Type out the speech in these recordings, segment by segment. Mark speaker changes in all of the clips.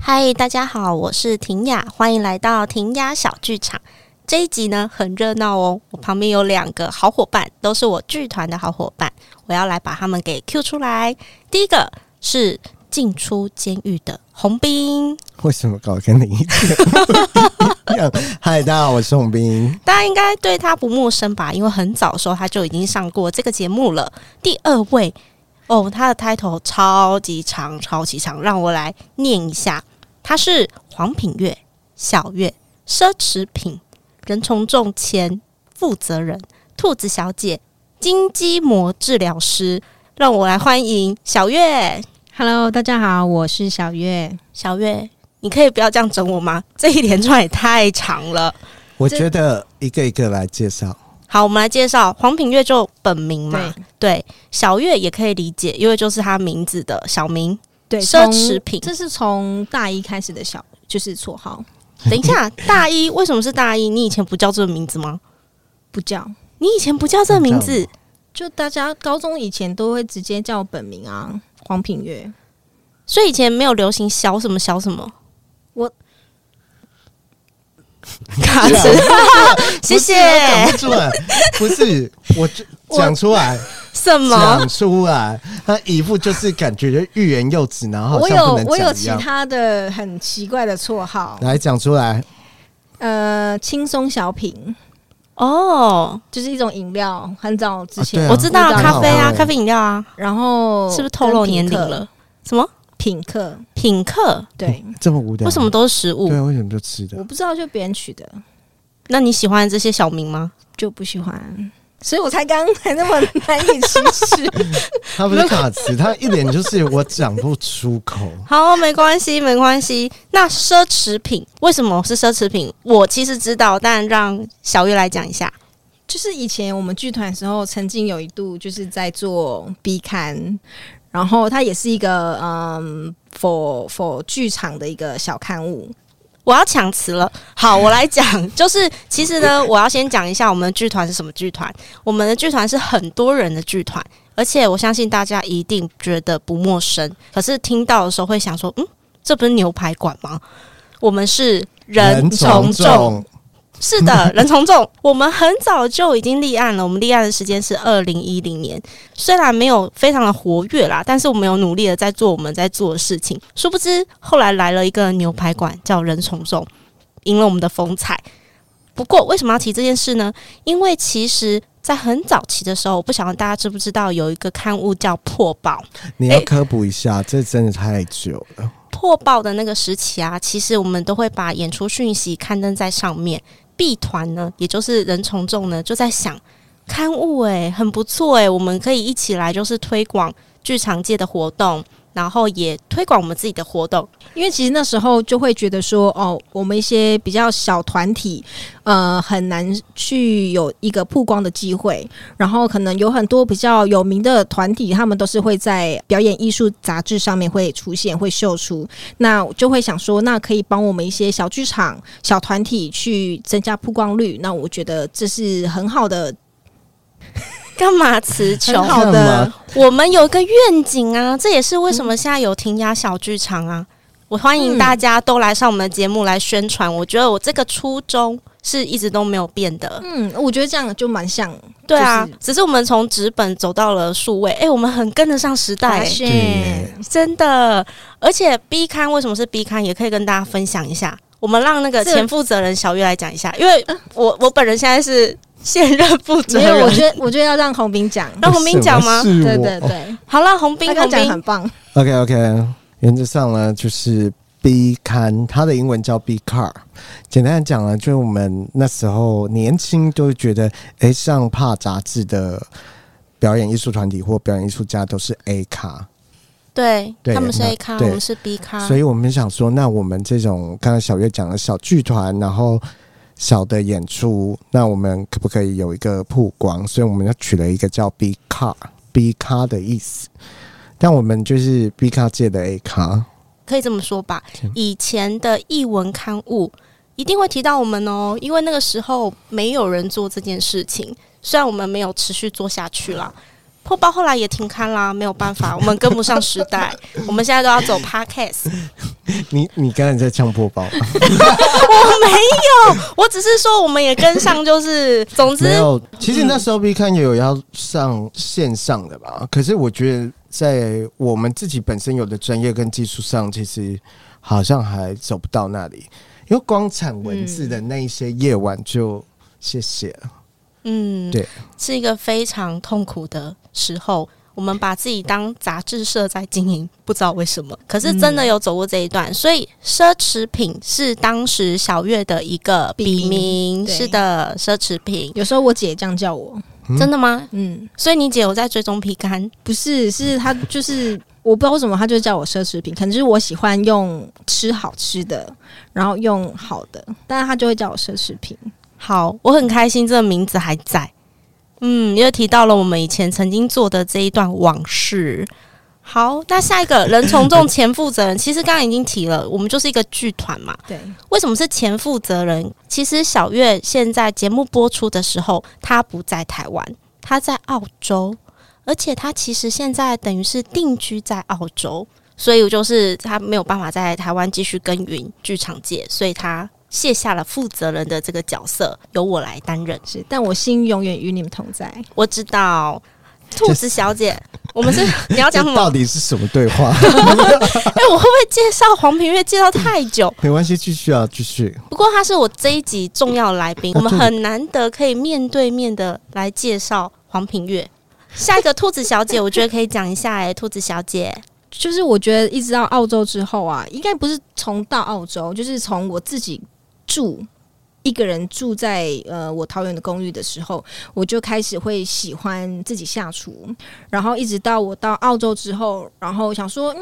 Speaker 1: 嗨，大家好，我是婷雅，欢迎来到婷雅小剧场。这一集呢很热闹哦，我旁边有两个好伙伴，都是我剧团的好伙伴，我要来把他们给 Q 出来。第一个是进出监狱的洪斌，
Speaker 2: 为什么搞得跟你 一样？嗨，大家好，我是洪斌。
Speaker 1: 大家应该对他不陌生吧？因为很早的时候他就已经上过这个节目了。第二位哦，他的 title 超级长，超级长，让我来念一下。他是黄品月、小月、奢侈品、人从众前负责人、兔子小姐、金鸡膜治疗师。让我来欢迎小月。
Speaker 3: Hello，大家好，我是小月。
Speaker 1: 小月，你可以不要这样整我吗？这一连串也太长了。
Speaker 2: 我觉得一个一个来介绍。
Speaker 1: 好，我们来介绍黄品月就本名嘛，
Speaker 3: 对
Speaker 1: 对，小月也可以理解，因为就是她名字的小 名。
Speaker 3: 对，
Speaker 1: 奢
Speaker 3: 从
Speaker 1: 侈品
Speaker 3: 这是从大一开始的小，就是绰号，
Speaker 1: 等一下，大一为什么是大一？你以前不叫这个名字吗？
Speaker 3: 不叫。
Speaker 1: 你以前不叫这个名字，
Speaker 2: 嗯
Speaker 3: 就大家高中以前都会直接叫我本名啊，黄品月。
Speaker 1: 所以以前没有流行小什么小什么。
Speaker 3: 我
Speaker 1: 卡
Speaker 2: 不
Speaker 1: 词
Speaker 2: 是，啊
Speaker 1: 谢谢
Speaker 2: 不是讲不出来，不是我就
Speaker 1: 我
Speaker 2: 讲出来，
Speaker 1: 什么？
Speaker 2: 讲出来。他一副就是感觉就欲言又止，然后好
Speaker 3: 我
Speaker 2: 像
Speaker 3: 有
Speaker 2: 不能
Speaker 3: 我有
Speaker 2: 讲一
Speaker 3: 其
Speaker 2: 样。
Speaker 3: 他的很奇怪的绰号，
Speaker 2: 来讲出来，
Speaker 3: 呃，轻松小品
Speaker 1: 哦，
Speaker 3: 就是一种饮料，很早之
Speaker 2: 啊
Speaker 3: 前、
Speaker 2: 对啊
Speaker 1: 我知道
Speaker 2: 我知道
Speaker 1: 咖啡啊，
Speaker 2: 我知道
Speaker 1: 咖啡饮料啊，
Speaker 3: 然后
Speaker 1: 是不是透露
Speaker 3: 跟
Speaker 1: 年
Speaker 3: 哦品
Speaker 1: 龄
Speaker 3: 客
Speaker 1: 了？？嗯什么
Speaker 3: 品客
Speaker 1: 品客？
Speaker 3: 对，
Speaker 2: 这么无聊，
Speaker 1: 为什么？都是食物？
Speaker 2: 啊对，为什么就吃
Speaker 3: 我
Speaker 2: 的？
Speaker 3: 不知道就别人取的，
Speaker 1: 那你喜欢这些小名吗？
Speaker 3: 就不喜欢，所以我才刚才那么难以启齿。
Speaker 2: 他不是卡词，他一脸就是我讲不出口。
Speaker 1: 好，没关系，没关系。那奢侈品为什么是奢侈品？我其实知道，但让小月来讲一下。
Speaker 3: 就是以前我们剧团的时候，曾经有一度就是在做 B 刊，然后它也是一个嗯，for for 剧场的一个小刊物。
Speaker 1: 我要抢词了。好，我来讲，就是其实呢，我要先讲一下我们剧团是什么剧团。我们的剧团是很多人的剧团，而且我相信大家一定觉得不陌生。可是听到的时候会想说，嗯，这不是牛排馆吗？我们是人从众，是的，人从众，我们很早就已经立案了。我们立案的时间是二零一零年，虽然没有非常的活跃啦，但是我们有努力的在做我们在做的事情。殊不知，后来来了一个牛排馆，叫人从众，赢了我们的风采。不过，为什么要提这件事呢？因为其实，在很早期的时候，我不晓得大家知不知道有一个刊物叫《破报》，
Speaker 2: 你要科普一下，这真的太久了。
Speaker 1: 破报的那个时期啊，其实我们都会把演出讯息刊登在上面。B 团呢，也就是人从众呢，就在想刊物诶、很不错诶、我们可以一起来就是推广剧场界的活动，然后也推广我们自己的活动。
Speaker 3: 因为其实那时候就会觉得说，哦，我们一些比较小团体，呃，很难去有一个曝光的机会。然后可能有很多比较有名的团体，他们都是会在表演艺术杂志上面会出现，会秀出。那我就会想说，那可以帮我们一些小剧场、小团体去增加曝光率。那我觉得这是很好的，
Speaker 1: 干嘛词穷
Speaker 3: 很？好
Speaker 2: 干
Speaker 3: 的
Speaker 2: 嘛。
Speaker 1: 我们有一个愿景啊，这也是为什么现在有停雅小剧场啊。我欢
Speaker 2: 嗯
Speaker 1: 迎大家都来上我们的节目来宣传，我觉得我这个初衷是一直都没有变的。
Speaker 3: 嗯，我觉得这样就蛮像
Speaker 1: 对啊，
Speaker 3: 就是
Speaker 1: 只是我们从纸本走到了数位，哎、我们很跟得上时代、
Speaker 3: 发
Speaker 1: 诶
Speaker 3: 现
Speaker 2: 对耶
Speaker 1: 真的。而且 B 刊为什么是 B 刊，也可以跟大家分享一下。我们让那个
Speaker 3: 这
Speaker 1: 前负责人小月来讲一下，因为我我本人现在是现任负责
Speaker 3: 没有，我
Speaker 1: 人。
Speaker 3: 觉得我觉得要让洪斌讲。
Speaker 1: 让洪斌讲吗
Speaker 2: 为什么是
Speaker 3: 对
Speaker 2: 我哦
Speaker 3: 对对，
Speaker 1: 好了，红
Speaker 3: 他
Speaker 1: 兵，
Speaker 3: 刚
Speaker 1: 红
Speaker 3: 讲
Speaker 1: 兵
Speaker 3: 很棒。
Speaker 2: OK OK，原则上呢就是 B 刊，它的英文叫 B car。简单地讲呢，就是我们那时候年轻都会觉得，哎、上帕杂志的表演艺术团体或表演艺术家都是 A 卡，
Speaker 1: 对，
Speaker 2: 对
Speaker 1: 他们是
Speaker 2: 那
Speaker 1: A 咖，我
Speaker 2: 对
Speaker 1: 们是 B 咖，
Speaker 2: 所以我们想说，那我们这种刚才小月讲的小剧团，然后小的演出，那我们可不可以有一个曝光？所以我们要取了一个叫 B 卡 B 卡的意思，但我们就是 B 卡界的 A 卡。
Speaker 1: 可以这么说吧。以前的译文刊物一定会提到我们哦，因为那个时候没有人做这件事情，虽然我们没有持续做下去啦。破报 后来也停刊啦，没有办法，我们跟不上时代，我们现在都要走 podcast。
Speaker 2: 你你刚才在呛破包，
Speaker 1: 我没有，我只是说我们也跟上，就是总
Speaker 2: 没
Speaker 1: 之
Speaker 2: 有。其实那时候 B 看也有要上线上的吧，
Speaker 1: 嗯
Speaker 2: 可是我觉得在我们自己本身有的专业跟技术上，其实好像还走不到那里，因为光产文字的那一些夜晚就谢谢了。
Speaker 1: 嗯，
Speaker 2: 对，
Speaker 1: 是一个非常痛苦的时候。我们把自己当杂志社在经营，不知道为什么。可是真的有走过这一段，所以奢侈品是当时小月的一个笔
Speaker 3: 笔名
Speaker 1: 名。
Speaker 3: 对
Speaker 1: 是的，奢侈品、
Speaker 3: 有时候我姐也这样叫我，
Speaker 2: 嗯
Speaker 1: 真的吗？
Speaker 3: 嗯，
Speaker 1: 所以你姐有在追踪皮干，
Speaker 3: 不是，是她就是。我不知道为什么她就叫我奢侈品，可能就是我喜欢用吃好吃的，然后用好的，但是她就会叫我奢侈品。
Speaker 1: 好，我很开心这个名字还在。嗯，又提到了我们以前曾经做的这一段往事。好，那下一个人从众前负责人，其实刚刚已经提了，我们就是一个剧团嘛。
Speaker 3: 对，
Speaker 1: 为什么是前负责人？其实小月现在节目播出的时候，她不在台湾，她在澳洲，而且她其实现在等于是定居在澳洲，所以我就是她没有办法在台湾继续耕耘剧场界，所以她呃卸下了负责人的这个角色，由我来担任。
Speaker 3: 是，但我心永远与你们同在。
Speaker 1: 我知道。兔子小姐，我们是你要讲什
Speaker 2: 这
Speaker 1: 么
Speaker 2: 到？底是什么对 话？
Speaker 1: 哎、我会不会介绍黄平月介绍太久？
Speaker 2: 没关系，继续啊，继续。
Speaker 1: 不过他是我这一集重要来宾，
Speaker 2: 那
Speaker 1: 我
Speaker 2: 这
Speaker 1: 们
Speaker 2: 个
Speaker 1: 很难得可以面对面的来介绍黄品月。下一个兔子小姐，我觉得可以讲一下哎、兔子小姐，
Speaker 3: 就是我觉得一直到澳洲之后啊，应该不是从到澳洲，就是从我自己住一个人住在呃我桃园的公寓的时候，我就开始会喜欢自己下厨，然后一直到我到澳洲之后，然后想说嗯。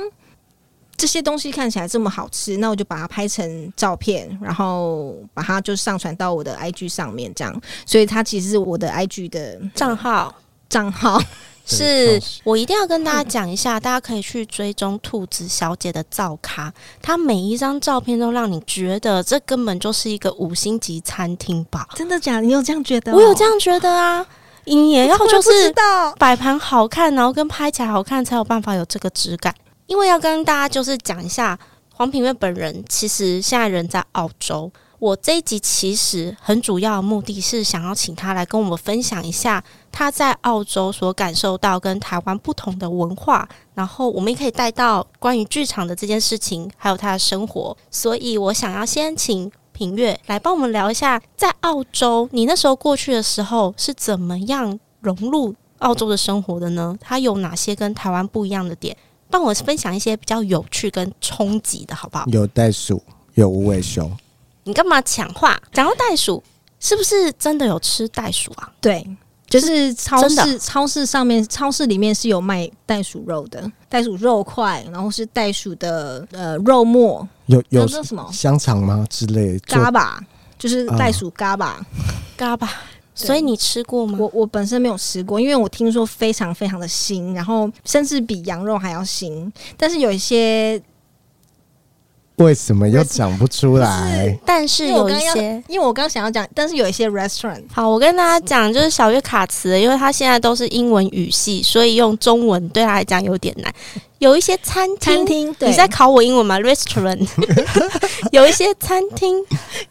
Speaker 3: 这些东西看起来这么好吃，那我就把它拍成照片，然后把它就上传到我的 IG 上面，这样。所以它其实是我的 IG 的
Speaker 1: 账号
Speaker 3: 账号，
Speaker 1: 是我一定要跟大家讲一下，大家可以去追踪兔子小姐的照咖，她每一张照片都让你觉得这根本就是一个五星级餐厅吧？
Speaker 3: 真的假的？你有这样觉得哦
Speaker 1: 我有这
Speaker 3: 样，
Speaker 1: 样觉得啊，你也要
Speaker 3: 我
Speaker 1: 就
Speaker 3: 不知
Speaker 1: 是
Speaker 3: 道。
Speaker 1: 摆盘好看，然后跟拍起来好看，才有办法有这个质感。因为要跟大家就是讲一下，黄品月本人其实现在人在澳洲。我这一集其实很主要的目的是想要请他来跟我们分享一下他在澳洲所感受到跟台湾不同的文化，然后我们也可以带到关于剧场的这件事情，还有他的生活。所以我想要先请品月来帮我们聊一下，在澳洲你那时候过去的时候是怎么样融入澳洲的生活的呢？它有哪些跟台湾不一样的点？帮我分享一些比较有趣跟冲击的好不好？
Speaker 2: 有袋鼠，有无尾熊，
Speaker 1: 你干嘛抢话？讲到袋鼠，是不是真的有吃袋鼠啊？
Speaker 3: 对，就是超
Speaker 1: 真
Speaker 3: 市超市上面超市里面是有卖袋鼠肉的，袋鼠肉块，然后是袋鼠的呃肉末，
Speaker 2: 有有
Speaker 3: 那叫什么
Speaker 2: 香肠吗之类？做
Speaker 3: 嘎巴。就是
Speaker 2: 啊
Speaker 3: 袋鼠嘎巴，
Speaker 1: 嘎巴，所以你吃过吗？
Speaker 3: 我我本身没有吃过，因为我听说非常非常的腥，然后甚至比羊肉还要腥。但是有一些，
Speaker 2: 为什么又讲不出来？
Speaker 1: 但是
Speaker 3: 因为我
Speaker 1: 有一
Speaker 3: 刚刚要
Speaker 1: 些，
Speaker 3: 因为我刚刚想要讲，但是有一些 restaurant
Speaker 1: 好，我跟大家讲，就是小月卡词，因为他现在都是英文语系，所以用中文对他来讲有点难。有一些餐
Speaker 3: 餐
Speaker 1: 厅，
Speaker 3: 厅，对，
Speaker 1: 你在考我英文吗？Restaurant，有一些餐 厅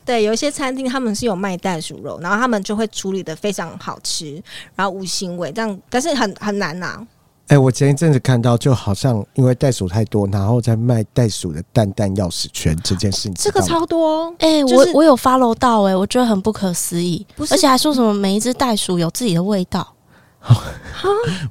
Speaker 3: 对，有一些餐厅他们是有卖袋鼠肉，然后他们就会处理的非常好吃，然后无腥味，这样，但是很很难啊拿、
Speaker 2: 哎、我前一阵子看到，就好像因为袋鼠太多，然后在卖袋鼠的蛋蛋钥匙圈这件事情，
Speaker 3: 这个
Speaker 2: 知道吗
Speaker 3: 超多、哦，
Speaker 1: 哎、
Speaker 3: 就是
Speaker 1: 我我有 follow 到哎、我觉得很不可思议
Speaker 3: 不，是
Speaker 1: 而且还说什么每一只袋鼠有自己的味道，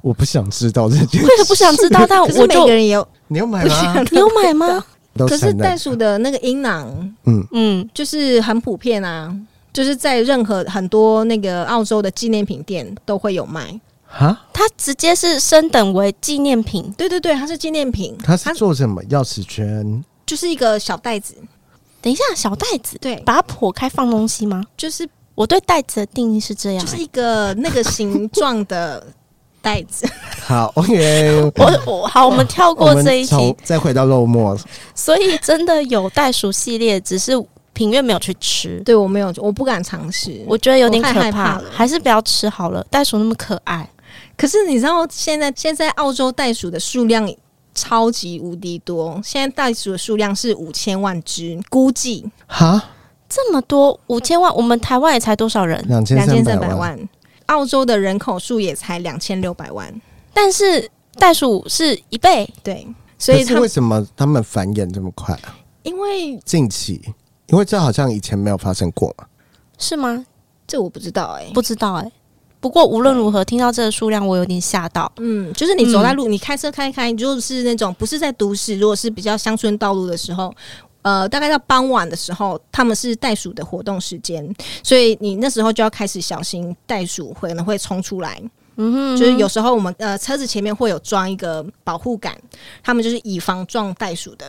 Speaker 2: 我不想知道这件
Speaker 1: 我也不想知道，但
Speaker 3: 可是
Speaker 1: 我
Speaker 3: 每
Speaker 1: 就
Speaker 3: 个人也有，
Speaker 2: 你有买
Speaker 3: 不想
Speaker 2: 吗？
Speaker 1: 你有买吗？
Speaker 2: 都
Speaker 3: 可是
Speaker 2: 闪
Speaker 3: 袋
Speaker 2: 亮，
Speaker 3: 鼠的那个阴囊
Speaker 2: 嗯，
Speaker 1: 嗯，
Speaker 3: 就是很普遍啊，就是在任何很多那个澳洲的纪念品店都会有卖。
Speaker 2: 哈，
Speaker 1: 它直接是升等为纪念品，
Speaker 3: 对对对，它是纪念品，
Speaker 2: 它是做什么钥匙圈？
Speaker 3: 就是一个小袋子，
Speaker 1: 等一下小袋子，
Speaker 3: 对，
Speaker 1: 把它破开放东西吗？
Speaker 3: 就是
Speaker 1: 我对袋子的定义是这样、
Speaker 3: 就是
Speaker 1: 欸
Speaker 3: 一个那个形状的袋子。
Speaker 2: 好，OK，
Speaker 1: 我我好，我们跳
Speaker 2: 我
Speaker 1: 过这
Speaker 2: 们
Speaker 1: 一
Speaker 2: 从
Speaker 1: 题，
Speaker 2: 再回到肉末，
Speaker 1: 所以真的有袋鼠系列，只是品月没有去吃，
Speaker 3: 对我没有，我不敢尝试。
Speaker 1: 我觉得有点
Speaker 3: 我
Speaker 1: 可
Speaker 3: 太害怕了
Speaker 1: 还是不要吃好了。袋鼠那么可爱，
Speaker 3: 可是你知道现在现在澳洲袋鼠的数量超级无敌多，现在袋鼠的数量是五千万只，估计
Speaker 2: 哈，
Speaker 1: 这么多五千万，我们台湾也才多少人？
Speaker 2: 两千
Speaker 3: 两千三
Speaker 2: 百
Speaker 3: 百，万。澳洲的人口数也才两千六百万，
Speaker 1: 但是袋鼠是一倍，
Speaker 3: 对，所以
Speaker 2: 可是
Speaker 3: 他
Speaker 2: 为
Speaker 3: 们
Speaker 2: 什么他们繁衍这么快啊？
Speaker 3: 因为
Speaker 2: 近期，因为这好像以前没有发生过嘛。
Speaker 1: 是吗？
Speaker 3: 这我不知道哎、
Speaker 1: 不知道哎、不过无论如何，听到这个数量，我有点吓到。
Speaker 3: 嗯，就是你走在路，你开车开一开，你就是那种不是在都市，如果是比较乡村道路的时候，呃，大概到傍晚的时候，他们是袋鼠的活动时间，所以你那时候就要开始小心袋鼠会可能会冲出来。
Speaker 1: 嗯哼，
Speaker 3: 就是有时候我们呃车子前面会有装一个保护杆，他们就是以防撞袋鼠的。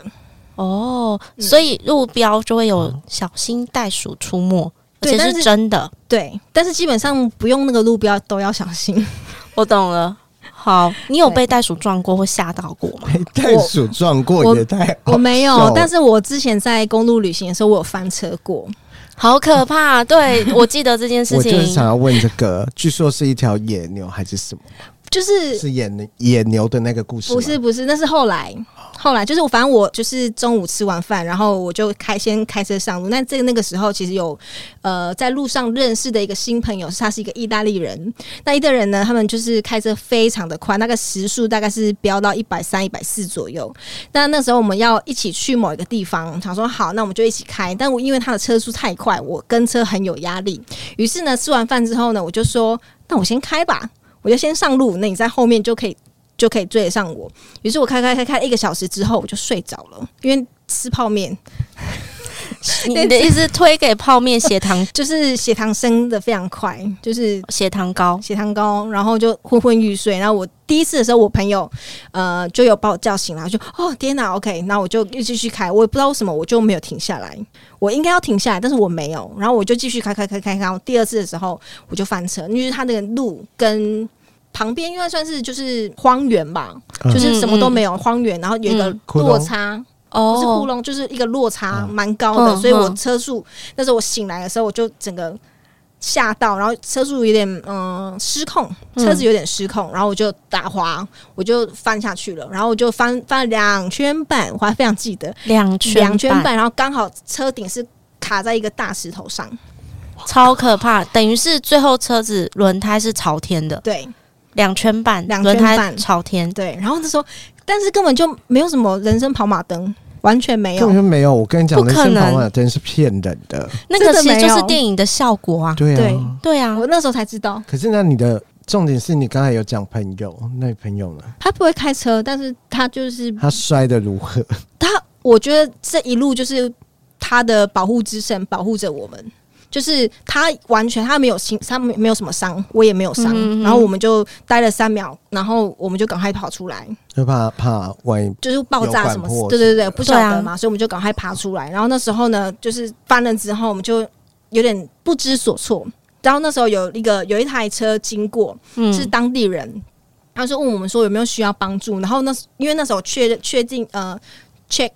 Speaker 1: 哦，
Speaker 3: 嗯
Speaker 1: 所以路标就会
Speaker 2: 嗯
Speaker 1: 有小心袋鼠出没，而
Speaker 3: 对
Speaker 1: 且
Speaker 3: 但
Speaker 1: 是
Speaker 3: 是
Speaker 1: 真的。
Speaker 3: 对，但是基本上不用那个路标都要小心。
Speaker 1: 我懂了。好，你有
Speaker 3: 对
Speaker 1: 被袋鼠撞过或吓到过吗？
Speaker 2: 被袋鼠撞过
Speaker 3: 我
Speaker 2: 也太好
Speaker 3: 我没有
Speaker 2: 笑，哦
Speaker 3: 但是我之前在公路旅行的时候，我有翻车过。
Speaker 1: 好可怕！ 对我记得这件事
Speaker 2: 我就是
Speaker 1: 情
Speaker 2: 想，要问这个，据说是一条野牛还是什么？
Speaker 3: 就是
Speaker 2: 是野牛野牛的那个故事？哦
Speaker 3: 不是，不是，那是后来，后来就是我，反正我就是中午吃完饭，然后我就开先开车上路。那这个那个时候其实有呃在路上认识的一个新朋友，他是一个意大利人。那意大利人呢，他们就是开车非常的快，那个时速大概是飙到一百三、一百四左右。那那时候我们要一起去某一个地方，想说好，那我们就一起开。但我因为他的车速太快，我跟车很有压力。于是呢，吃完饭之后呢，我就说，那我先开吧。我就先上路，那你在后面就可以就可以追得上我。于是我开开开开一个小时之后，我就睡着了，因为吃泡面
Speaker 1: 你你的意思是推给泡面血糖
Speaker 3: 就是血糖升的非常快，就是
Speaker 1: 血糖高，
Speaker 3: 血糖高，然后就昏昏欲睡。然后我第一次的时候，我朋友呃就有把我叫醒了，我就哦天哪，OK，那我就又继续开，我也不知道为什么我就没有停下来，我应该要停下来，但是我没有，然后我就继续开开开开开。我第二次的时候我就翻车，因为它那个路跟旁边应该算是就是荒原吧，
Speaker 2: 嗯
Speaker 3: 就是什么都没有，荒原，然后有一个
Speaker 1: 嗯
Speaker 2: 窟窿
Speaker 3: 落差。不是窟
Speaker 1: 哦，
Speaker 3: 窿，就是一个落差
Speaker 2: 嗯
Speaker 3: 蛮高的，
Speaker 1: 嗯
Speaker 3: 所以我
Speaker 1: 嗯
Speaker 3: 车速那时候我醒来的时候，我就整个吓到，然后车速有点嗯、失控，
Speaker 1: 嗯
Speaker 3: 车子有点失控，然后我就打滑，我就翻下去了，然后我就翻翻了两圈半，我还非常记得
Speaker 1: 两圈
Speaker 3: 两圈半，然后刚好车顶是卡在一个大石头上，
Speaker 1: 超可怕，等于是最后车子轮胎是朝天的，
Speaker 3: 对
Speaker 1: 两圈半，
Speaker 3: 两
Speaker 1: 轮
Speaker 3: 圈半
Speaker 1: 胎朝天，
Speaker 3: 对，然后那时候但是根本就没有什么人生跑马灯，完全没
Speaker 2: 根本
Speaker 3: 有，
Speaker 2: 就没有。我跟你讲，
Speaker 1: 不可
Speaker 2: 人生跑
Speaker 1: 能
Speaker 2: 马灯是骗人的，
Speaker 1: 那个
Speaker 3: 真的
Speaker 1: 其实就
Speaker 3: 没
Speaker 1: 是
Speaker 3: 有
Speaker 1: 电影的效果啊。
Speaker 2: 对啊。
Speaker 3: 对
Speaker 1: 对啊，
Speaker 3: 我那时候才知道
Speaker 2: 可是那你的重点是你刚才有讲朋友，那你朋友呢？
Speaker 3: 他不会开车，但是他就是
Speaker 2: 他摔的如何？
Speaker 3: 他，我觉得这一路就是他的保护之神保护着我们，就是他完全他没有心，他没没有什么伤，我也没有伤，
Speaker 1: 嗯嗯嗯
Speaker 3: 然后我们就待了三秒，然后我们就赶快跑出来，
Speaker 2: 就怕怕万一
Speaker 3: 就是爆炸什
Speaker 2: 有管
Speaker 3: 么
Speaker 2: 破，
Speaker 3: 对对对，不晓
Speaker 1: 对啊
Speaker 3: 得嘛，所以我们就赶快爬出来。然后那时候呢，就是翻了之后，我们就有点不知所措。然后那时候有一个有一台车经过，
Speaker 1: 嗯，
Speaker 3: 是当地人，他就问我们说有没有需要帮助，然后那时因为那时候确确定呃 check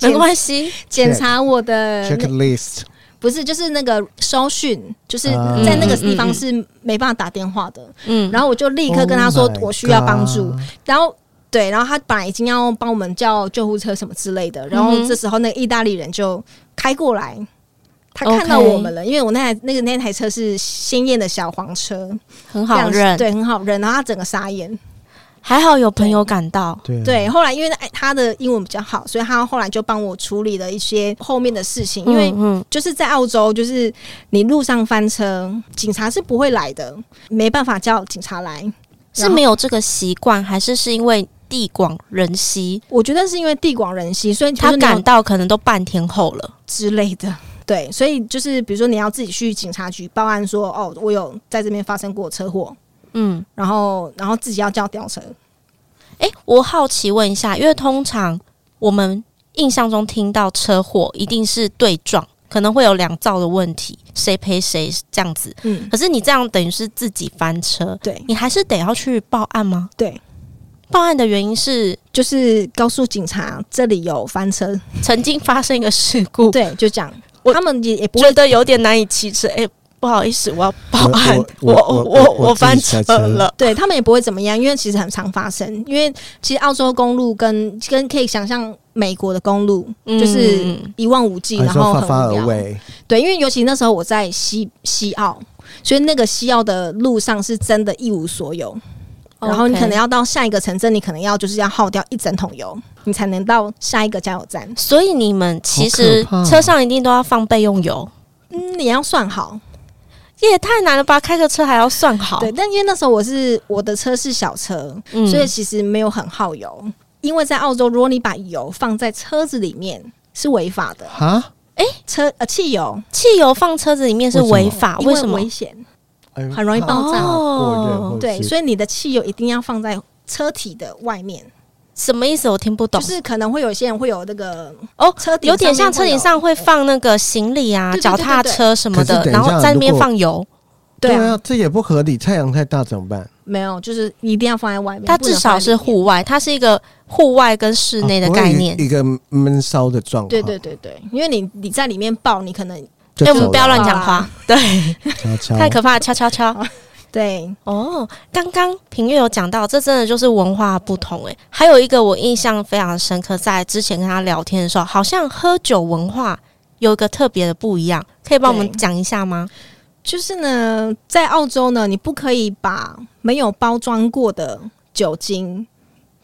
Speaker 1: 没
Speaker 3: 检
Speaker 1: 关系，
Speaker 3: 检查我的那
Speaker 2: checklist
Speaker 3: 不是就是那个收讯，就是
Speaker 2: 啊
Speaker 3: 在那个
Speaker 1: 嗯嗯
Speaker 3: 地方
Speaker 1: 嗯
Speaker 3: 是没办法打电话的，
Speaker 1: 嗯，
Speaker 3: 然后我就立刻跟他说
Speaker 2: Oh my
Speaker 3: 我需要帮助
Speaker 2: God，
Speaker 3: 然后。对，然后他本来已经要帮我们叫救护车什么之类的，然后
Speaker 1: 嗯哼
Speaker 3: 这时候那个意大利人就开过来，他看到
Speaker 1: OK
Speaker 3: 我们了因为我那台那个那台车是鲜艳的小黄车，
Speaker 1: 很
Speaker 3: 非
Speaker 1: 好
Speaker 3: 常
Speaker 1: 认，嗯
Speaker 3: 对，很好认。然后他整个傻眼，
Speaker 1: 还好有朋友赶到，
Speaker 2: 对啊
Speaker 3: 对。后来因为哎他的英文比较好，所以他后来就帮我处理了一些后面的事情。因为
Speaker 1: 嗯
Speaker 3: 就是在澳洲，就是你路上翻车，警察是不会来的，没办法叫警察来。
Speaker 1: 是没有这个习惯，还是是因为地广人稀，
Speaker 3: 我觉得是因为地广人稀，所以
Speaker 1: 他赶
Speaker 3: 敢
Speaker 1: 到可能都半天后了。
Speaker 3: 之类的。对，所以就是比如说你要自己去警察局报案说，哦，我有在这边发生过车祸，
Speaker 1: 嗯，
Speaker 3: 然后然后自己要叫吊车。
Speaker 1: 诶，我好奇问一下，因为通常我们印象中听到车祸一定是对撞，可能会有两造的问题，谁赔谁这样子。
Speaker 3: 嗯，
Speaker 1: 可是你这样等于是自己翻车，
Speaker 3: 对
Speaker 1: 你还是得要去报案吗？
Speaker 3: 对，
Speaker 1: 报案的原因是
Speaker 3: 就是告诉警察这里有翻车，
Speaker 1: 曾经发生一个事故，
Speaker 3: 对，就这样
Speaker 1: 我。
Speaker 3: 他们也也不会
Speaker 1: 觉得有点难以启齿。诶，哎不好意思，我要报
Speaker 2: 我
Speaker 1: 案，
Speaker 2: 我
Speaker 1: 我
Speaker 2: 我我我
Speaker 1: 我翻
Speaker 2: 自己下
Speaker 1: 车
Speaker 2: 车
Speaker 1: 了。
Speaker 3: 对他们也不会怎么样，因为其实很常发生。因为其实澳洲公路跟跟可以想象美国的公路
Speaker 1: 嗯
Speaker 3: 就是一望无际，
Speaker 2: 还
Speaker 3: 然
Speaker 2: 啊说
Speaker 3: 后
Speaker 2: 发
Speaker 3: 很
Speaker 2: 发
Speaker 3: 无
Speaker 2: 而
Speaker 3: 聊。
Speaker 2: 为，
Speaker 3: 对，因为尤其那时候我在西西澳，所以那个西澳的路上是真的一无所有。然后你
Speaker 1: OK
Speaker 3: 可能要到下一个城镇，你可能要就是要耗掉一整桶油，你才能到下一个加油站。
Speaker 1: 所以你们其实
Speaker 2: 好可怕
Speaker 1: 车上一定都要放备用油，
Speaker 3: 嗯，你要算好。
Speaker 1: 这也太难了吧？开个车还要算好，
Speaker 3: 对，但因为那时候我是我的车是小车，
Speaker 1: 嗯
Speaker 3: 所以其实没有很耗油。因为在澳洲，如果你把油放在车子里面是违法的，
Speaker 2: 哈，
Speaker 3: 车呃汽油
Speaker 1: 汽油放车子里面是违法，
Speaker 3: 因
Speaker 1: 啊为什么哦
Speaker 3: 危？险？
Speaker 2: 哎
Speaker 3: 很容易爆炸
Speaker 2: 怕过热或
Speaker 3: 对，
Speaker 2: 哦是
Speaker 3: 所以你的汽油一定要放在车体的外面，
Speaker 1: 什么意思？我听不懂。
Speaker 3: 就是可能会有些人会有那个
Speaker 1: 哦
Speaker 3: 车顶
Speaker 1: 有点像
Speaker 3: 上
Speaker 1: 车
Speaker 3: 面会有
Speaker 1: 顶上会放那个行李啊、
Speaker 3: 对对对
Speaker 1: 脚踏车什么的
Speaker 2: 可是，等一下
Speaker 1: 然后在那边放油。
Speaker 3: 对
Speaker 2: 对
Speaker 3: 啊，
Speaker 2: 啊，这也不合理。太阳太大怎么办？
Speaker 3: 没有，就是一定要放在外面，
Speaker 1: 它
Speaker 3: 不能
Speaker 1: 至少
Speaker 3: 放在
Speaker 1: 是
Speaker 3: 里面。
Speaker 1: 户外，它是一个户外跟室内的
Speaker 2: 啊
Speaker 1: 概
Speaker 2: 不会
Speaker 1: 念。
Speaker 2: 一一个闷烧的状况。
Speaker 3: 对对对对，因为你你在里面爆，你可能
Speaker 2: 就
Speaker 1: 哎，我们
Speaker 2: 走
Speaker 1: 不要
Speaker 2: 了
Speaker 1: 乱讲话，对，
Speaker 2: 悄悄
Speaker 1: 太可怕了，敲敲敲。
Speaker 3: 啊对
Speaker 1: 哦，刚刚平月有讲到，这真的就是文化不同诶、还有一个我印象非常深刻，在之前跟他聊天的时候，好像喝酒文化有一个特别的不一样，可以帮我们
Speaker 3: 对
Speaker 1: 讲一下吗？
Speaker 3: 就是呢，在澳洲呢，你不可以把没有包装过的酒精，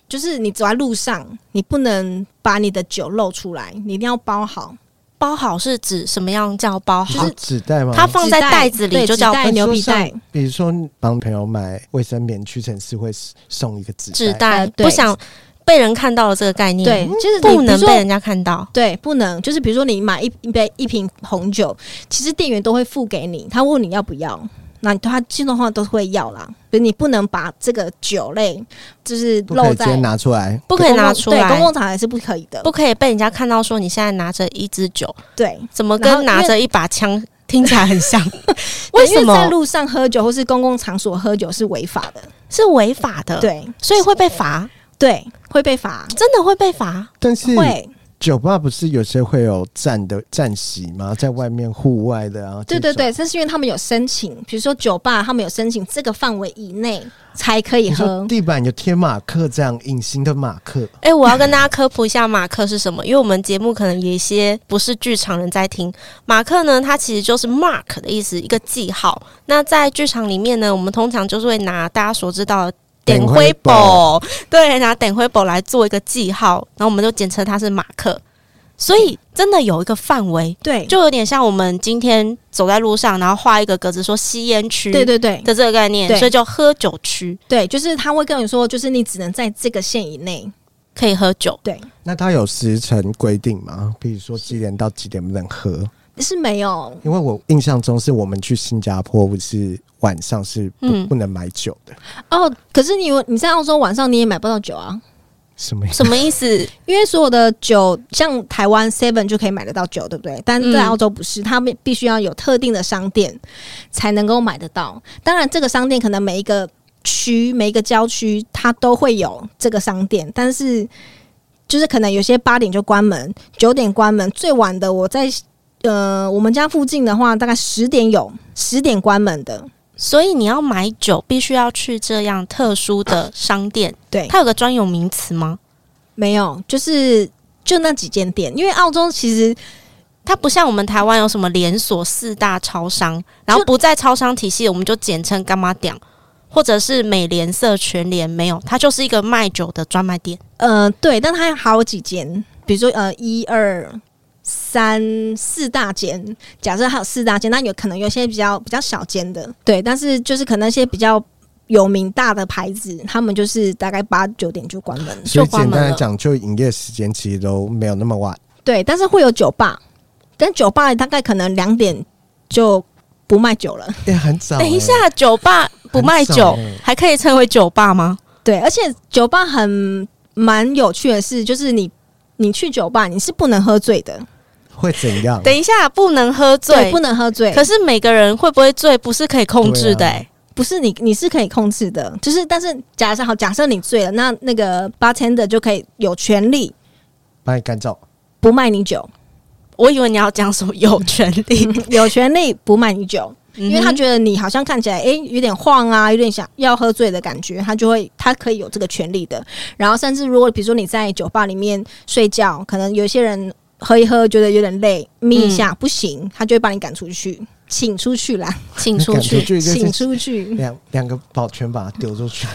Speaker 3: 就是你走在路上，你不能把你的酒露出来，你一定要包好。
Speaker 1: 包好是指什么样叫包好？
Speaker 2: 是纸袋吗？
Speaker 1: 它放在
Speaker 3: 纸
Speaker 1: 袋子里
Speaker 3: 对
Speaker 1: 就叫
Speaker 3: 纸袋、牛皮袋，
Speaker 2: 呃比如说帮朋友买卫生棉，屈臣氏会送一个纸
Speaker 1: 纸
Speaker 2: 袋。
Speaker 1: 袋，
Speaker 3: 呃对
Speaker 1: 不想被人看到的这个概念，
Speaker 3: 对，就是你
Speaker 1: 不能
Speaker 3: 比
Speaker 1: 被
Speaker 3: 如说
Speaker 1: 人家看到。
Speaker 3: 对，不能就是比如说你买一一杯一瓶红酒，其实店员都会付给你，他问你要不要，那他自动化都会要啦。可是你不能把这个酒类就是
Speaker 2: 不可
Speaker 3: 露
Speaker 2: 以直
Speaker 3: 在
Speaker 2: 接拿出来，
Speaker 1: 不可以拿出来
Speaker 3: 对，公共场合是不可以的。
Speaker 1: 不可以被人家看到说你现在拿着一支酒，
Speaker 3: 对，
Speaker 1: 怎么
Speaker 3: 然后
Speaker 1: 跟
Speaker 3: 因为
Speaker 1: 拿着一把枪听起来很像？
Speaker 3: 对
Speaker 1: 为
Speaker 3: 因
Speaker 1: 什
Speaker 3: 在
Speaker 1: 么
Speaker 3: 路上喝酒或是公共场所喝酒是违法的，
Speaker 1: 是违法的？，
Speaker 3: 对
Speaker 1: 所以会被罚，
Speaker 3: 对，会被罚，
Speaker 1: 真的会被罚。
Speaker 2: 但是
Speaker 3: 会，
Speaker 2: 酒吧不是有些会有站的站席吗？在外面户外的啊，
Speaker 3: 对对
Speaker 2: 这种，
Speaker 3: 对，这是因为他们有申请，比如说酒吧他们有申请这个范围以内才可以
Speaker 2: 你
Speaker 3: 喝
Speaker 2: 说，地板有贴马克这样隐形的马克，
Speaker 1: 哎、我要跟大家科普一下马克是什么，因为我们节目可能有一些不是剧场人在听。马克呢，它其实就是 mark 的意思，一个记号。那在剧场里面呢，我们通常就是会拿大家所知道的点
Speaker 2: 点
Speaker 1: 灰
Speaker 2: 灰
Speaker 1: 宝，对，拿点灰宝来做一个记号，然后我们就简称它是马克。所以真的有一个范围，
Speaker 3: 对，
Speaker 1: 就有点像我们今天走在路上，然后画一个格子说吸烟区，
Speaker 3: 对对对
Speaker 1: 的这个概念，
Speaker 3: 对
Speaker 1: 所以叫喝酒区
Speaker 3: 对，就是他会跟你说，就是你只能在这个线以内，
Speaker 1: 可以喝酒。
Speaker 3: 对，
Speaker 2: 那它有时辰规定吗？比如说几点到几点不能喝？
Speaker 3: 是没有。
Speaker 2: 因为我印象中是我们去新加坡，不是晚上是不、
Speaker 1: 嗯
Speaker 2: 不能买酒的，
Speaker 3: 哦，可是你有你在澳洲晚上你也买不到酒啊，
Speaker 2: 什么意思？
Speaker 1: 什么意思？
Speaker 3: 因为所有的酒像台湾 Seven 就可以买得到酒，对不对？但在
Speaker 1: 嗯
Speaker 3: 澳洲不是，他们必须要有特定的商店才能够买得到。当然，这个商店可能每一个区、每一个郊区它都会有这个商店，但是就是可能有些八点就关门，九点关门，最晚的我在。呃，我们家附近的话，大概十点有十点关门的，
Speaker 1: 所以你要买酒，必须要去这样特殊的商店，
Speaker 3: 对，
Speaker 1: 它有个专有名词吗？
Speaker 3: 没有，就是就那几间店，因为澳洲其实
Speaker 1: 它不像我们台湾有什么连锁四大超商，然后不在超商体系，我们就简称干妈店，或者是美联社、全联，没有，它就是一个卖酒的专卖店。
Speaker 3: 呃，对，但它有好几间，比如说呃一二三四大间，假设还有四大间，那有可能有些比较比较小间的，对，但是就是可能一些比较有名大的牌子，他们就是大概八九点就关门，
Speaker 2: 所以
Speaker 1: 就关
Speaker 2: 简
Speaker 1: 门
Speaker 2: 单来
Speaker 1: 了
Speaker 2: 讲，就营业时间其实都没有那么晚。
Speaker 3: 对，但是会有酒吧，但酒吧大概可能两点就不卖酒了，
Speaker 2: 哎、很早、
Speaker 1: 等一下，酒吧不卖
Speaker 2: 很少
Speaker 1: 酒
Speaker 2: 欸，
Speaker 1: 还可以称为酒吧吗？
Speaker 3: 对，而且酒吧很蛮有趣的是，就是你你去酒吧你是不能喝醉的，
Speaker 2: 会怎样？
Speaker 1: 等一下，不能喝醉，
Speaker 3: 对，不能喝醉，
Speaker 1: 可是每个人会不会醉，不是可以控制的、
Speaker 2: 对啊
Speaker 1: 欸
Speaker 3: 不是你，你是可以控制的，就是但是假设好，假设你醉了，那那个 bartender 就可以有权利
Speaker 2: 把你赶走，
Speaker 3: 不卖你酒，
Speaker 1: 我以为你要讲什么有权利，嗯
Speaker 3: 有权利不卖你酒，
Speaker 2: 嗯
Speaker 1: 因
Speaker 3: 因为他觉得你好像看起来哎、诶有点晃啊，有点想要喝醉的感觉，他就会他可以有这个权利的。然后甚至如果比如说你在酒吧里面睡觉，可能有些人喝一喝觉得有点累，眯一
Speaker 2: 嗯
Speaker 3: 下、不行，他就会把你赶出去，请出去啦，
Speaker 1: 请出
Speaker 2: 赶出
Speaker 1: 去
Speaker 2: 去就
Speaker 3: 请
Speaker 2: 是
Speaker 3: 出去。
Speaker 2: 两两个保全把它丢出去，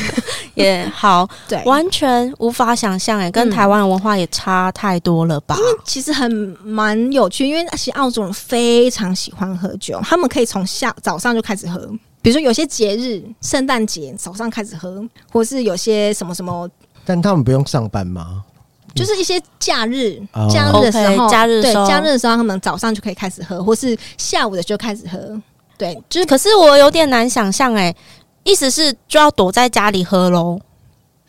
Speaker 1: 也好，
Speaker 3: 对，
Speaker 1: 完全无法想象哎，跟
Speaker 3: 嗯
Speaker 1: 台湾的文化也差太多了吧？
Speaker 3: 其实很蛮有趣，因为其实澳洲人非常喜欢喝酒，他们可以从下早上就开始喝。比如说有些节日，圣诞节早上开始喝，或是有些什么什么，
Speaker 2: 但他们不用上班吗？
Speaker 3: 就是一些假日，
Speaker 2: 哦
Speaker 3: 假日的时候
Speaker 1: OK，假日的
Speaker 3: 对
Speaker 1: 时候
Speaker 3: 假日的时候，他们早上就可以开始喝，或是下午的就开始喝。对，
Speaker 1: 就是，可是我有点难想象哎，意思是就要躲在家里喝喽，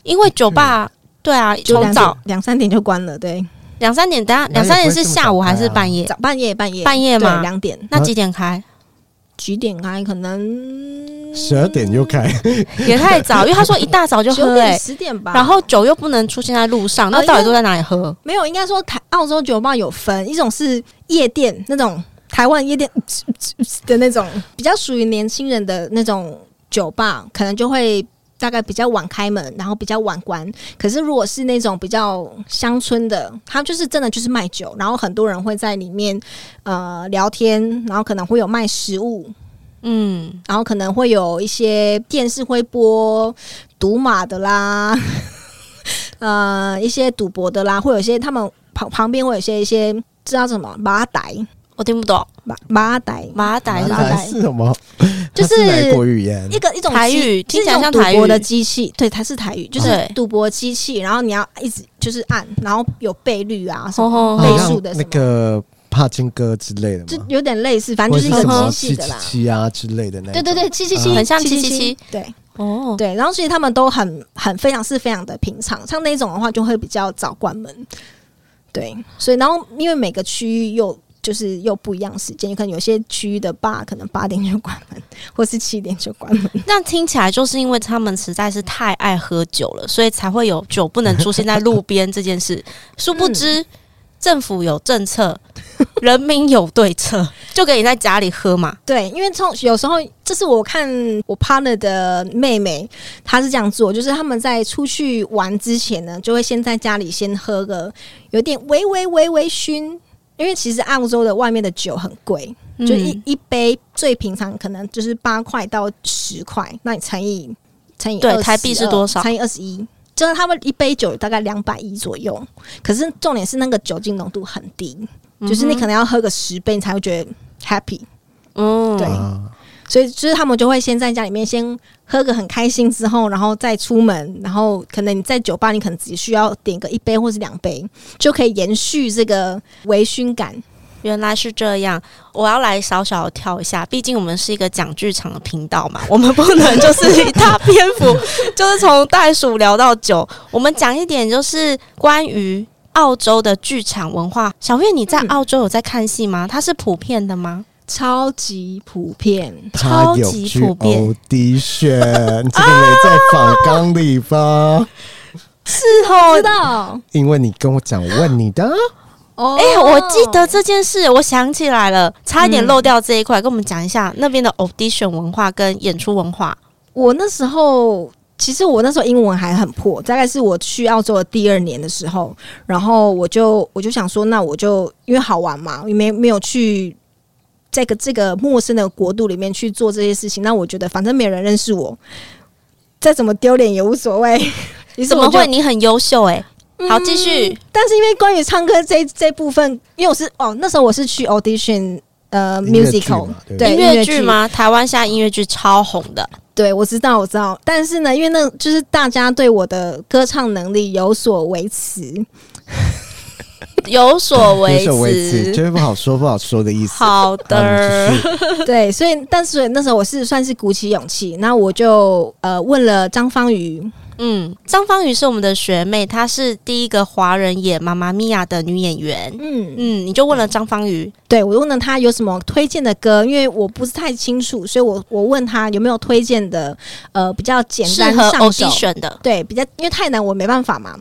Speaker 1: 因为酒吧、对啊，
Speaker 3: 嗯就两
Speaker 1: 从早
Speaker 3: 点两三点就关了，对，
Speaker 1: 两三点，等下
Speaker 2: 哪
Speaker 1: 两
Speaker 2: 里
Speaker 1: 三点
Speaker 2: 会
Speaker 1: 是
Speaker 2: 这么
Speaker 1: 下
Speaker 2: 早啊
Speaker 1: 午还
Speaker 2: 开
Speaker 1: 是
Speaker 2: 啊
Speaker 1: 半夜？
Speaker 3: 早半夜半夜
Speaker 1: 半夜吗
Speaker 3: 对，两点
Speaker 1: 那几点开？
Speaker 3: 几点开？可能
Speaker 2: 十二点就开，
Speaker 3: 嗯
Speaker 1: 也太早，因为他说一大早就
Speaker 3: 九
Speaker 1: 喝哎、
Speaker 3: 点十点吧。
Speaker 1: 然后酒又不能出现在路上，那
Speaker 3: 呃
Speaker 1: 到底
Speaker 3: 因为
Speaker 1: 都在哪里喝？
Speaker 3: 没有，应该说台澳洲酒吧有分，一种是夜店那种台湾夜店的那种，比较属于年轻人的那种酒吧，可能就会。大概比较晚开门，然后比较晚关。可是如果是那种比较乡村的，他就是真的就是卖酒，然后很多人会在里面呃聊天，然后可能会有卖食物，
Speaker 1: 嗯，
Speaker 3: 然后可能会有一些电视会播赌马的啦， 呃，一些赌博的啦，会有一些他们旁旁边会有一些一些知道什么马仔
Speaker 1: 我听不懂，
Speaker 3: 马马仔
Speaker 1: 马仔是
Speaker 3: 马
Speaker 1: 什
Speaker 3: 仔
Speaker 1: 么
Speaker 3: 来
Speaker 2: 是什么？
Speaker 3: 就
Speaker 2: 它哪一国
Speaker 3: 是
Speaker 2: 语言
Speaker 3: 一？个一种
Speaker 1: 台
Speaker 3: 机
Speaker 1: 语，听起来像
Speaker 3: 就是一种
Speaker 1: 台
Speaker 3: 赌
Speaker 1: 语
Speaker 3: 博的机器，对，它是台语，就是
Speaker 1: 对
Speaker 3: 赌博机器，然后你要一直就是按，然后有倍率啊什么，
Speaker 1: 哦
Speaker 3: 倍
Speaker 2: 好
Speaker 1: 吼，
Speaker 2: 像
Speaker 3: 数的什么
Speaker 2: 那个帕金哥之类的
Speaker 3: 就
Speaker 2: 吗？
Speaker 3: 有点类似，反正
Speaker 2: 或
Speaker 3: 就
Speaker 2: 者
Speaker 3: 一个
Speaker 2: 什么
Speaker 3: 机
Speaker 2: 七
Speaker 3: 器的
Speaker 2: 七
Speaker 3: 啦。
Speaker 2: 七啊之类的那
Speaker 3: 对
Speaker 2: 种？
Speaker 3: 对对，七七
Speaker 2: 嗯
Speaker 3: 七，
Speaker 1: 很像777，
Speaker 3: 对，
Speaker 1: 哦，
Speaker 3: 对，然后所以他们都很很非常是非常的平常，像那种的话就会比较早关门。对，所以然后因为每个区域又就是又不一样时间，可能有些区域的吧可能八点就关门，或是七点就关门。
Speaker 1: 那听起来就是因为他们实在是太爱喝酒了，所以才会有酒不能出现在路边这件事。殊不知，政府有政策，人民有对策，就给你在家里喝嘛。
Speaker 3: 对，因为从有时候这是我看我 partner 的妹妹，她是这样做，就是他们在出去玩之前呢，就会先在家里先喝个有点微微微微醺。因为其实澳洲的外面的酒很贵，就一、
Speaker 1: 嗯
Speaker 3: 一杯最平常可能就是八块到十块，那你乘以乘以
Speaker 1: 对
Speaker 3: 22
Speaker 1: 台币是多少
Speaker 3: 乘以二十一，就是他们一杯酒大概两百一左右。可是重点是那个酒精浓度很低，就是你可能要喝个十杯你才会觉得 happy。
Speaker 1: 嗯
Speaker 3: 对
Speaker 2: 啊，
Speaker 3: 所以就是他们就会先在家里面先喝个很开心之后，然后再出门，然后可能你在酒吧你可能只需要点个一杯或是两杯，就可以延续这个微醺感。
Speaker 1: 原来是这样，我要来小小的跳一下，毕竟我们是一个讲剧场的频道嘛，我们不能就是一大篇幅， 就是从袋鼠聊到酒，我们讲一点就是关于澳洲的剧场文化。小月，你在
Speaker 3: 嗯
Speaker 1: 澳洲有在看戏吗？它是普遍的吗？
Speaker 3: 超级普遍，
Speaker 1: 超
Speaker 2: 他有
Speaker 1: 级普遍
Speaker 2: GOD 选，这个没在访纲里 吧？
Speaker 1: 是哦
Speaker 3: 知道
Speaker 2: 因为你跟我讲问你的，啊
Speaker 3: 哦
Speaker 1: 哎、我记得这件事，我想起来了，差一点漏掉这一块，跟我们讲一下那边的 audition 文化跟演出文化。
Speaker 3: 我那时候，其实我那时候英文还很破，大概是我去澳洲的第二年的时候，然后我就我就想说，那我就因为好玩嘛，也没没有去。这个这个陌生的国度里面去做这些事情，那我觉得反正没人认识我，再怎么丢脸也无所 谓。于是
Speaker 1: 怎
Speaker 3: 我
Speaker 1: 么
Speaker 3: 就嗯
Speaker 1: 会？你很优秀哎、好，继续。
Speaker 3: 但是因为关于唱歌这这部分，因为我是哦，那时候我是去 audition 呃
Speaker 2: 音乐剧
Speaker 3: musical，
Speaker 2: 嘛对不对
Speaker 3: 对
Speaker 1: 音乐剧吗？台湾现在音乐剧超红的，
Speaker 3: 对，我知道，我知道，但是呢，因为那就是大家对我的歌唱能力有所 维持，
Speaker 1: 有所
Speaker 2: 有
Speaker 1: 为
Speaker 2: 所谓词，就是不好说不好说的意思。
Speaker 1: 好
Speaker 2: 好
Speaker 1: 的
Speaker 2: 你，继续
Speaker 3: 对，所以，但是那时候我是算是鼓起勇气，那我就呃问了张方宇，
Speaker 1: 嗯，张方宇是我们的学妹，她是第一个华人演《妈妈咪呀》的女演员。
Speaker 3: 嗯，
Speaker 1: 嗯，你就问了张方宇，
Speaker 3: 对我问了他有什么推荐的歌，因为我不是太清楚，所以我我问他有没有推荐的呃比较简
Speaker 1: 适
Speaker 3: 单
Speaker 1: 合
Speaker 3: 上手，
Speaker 1: audition 的，
Speaker 3: 对，比较因为太难我没办法嘛。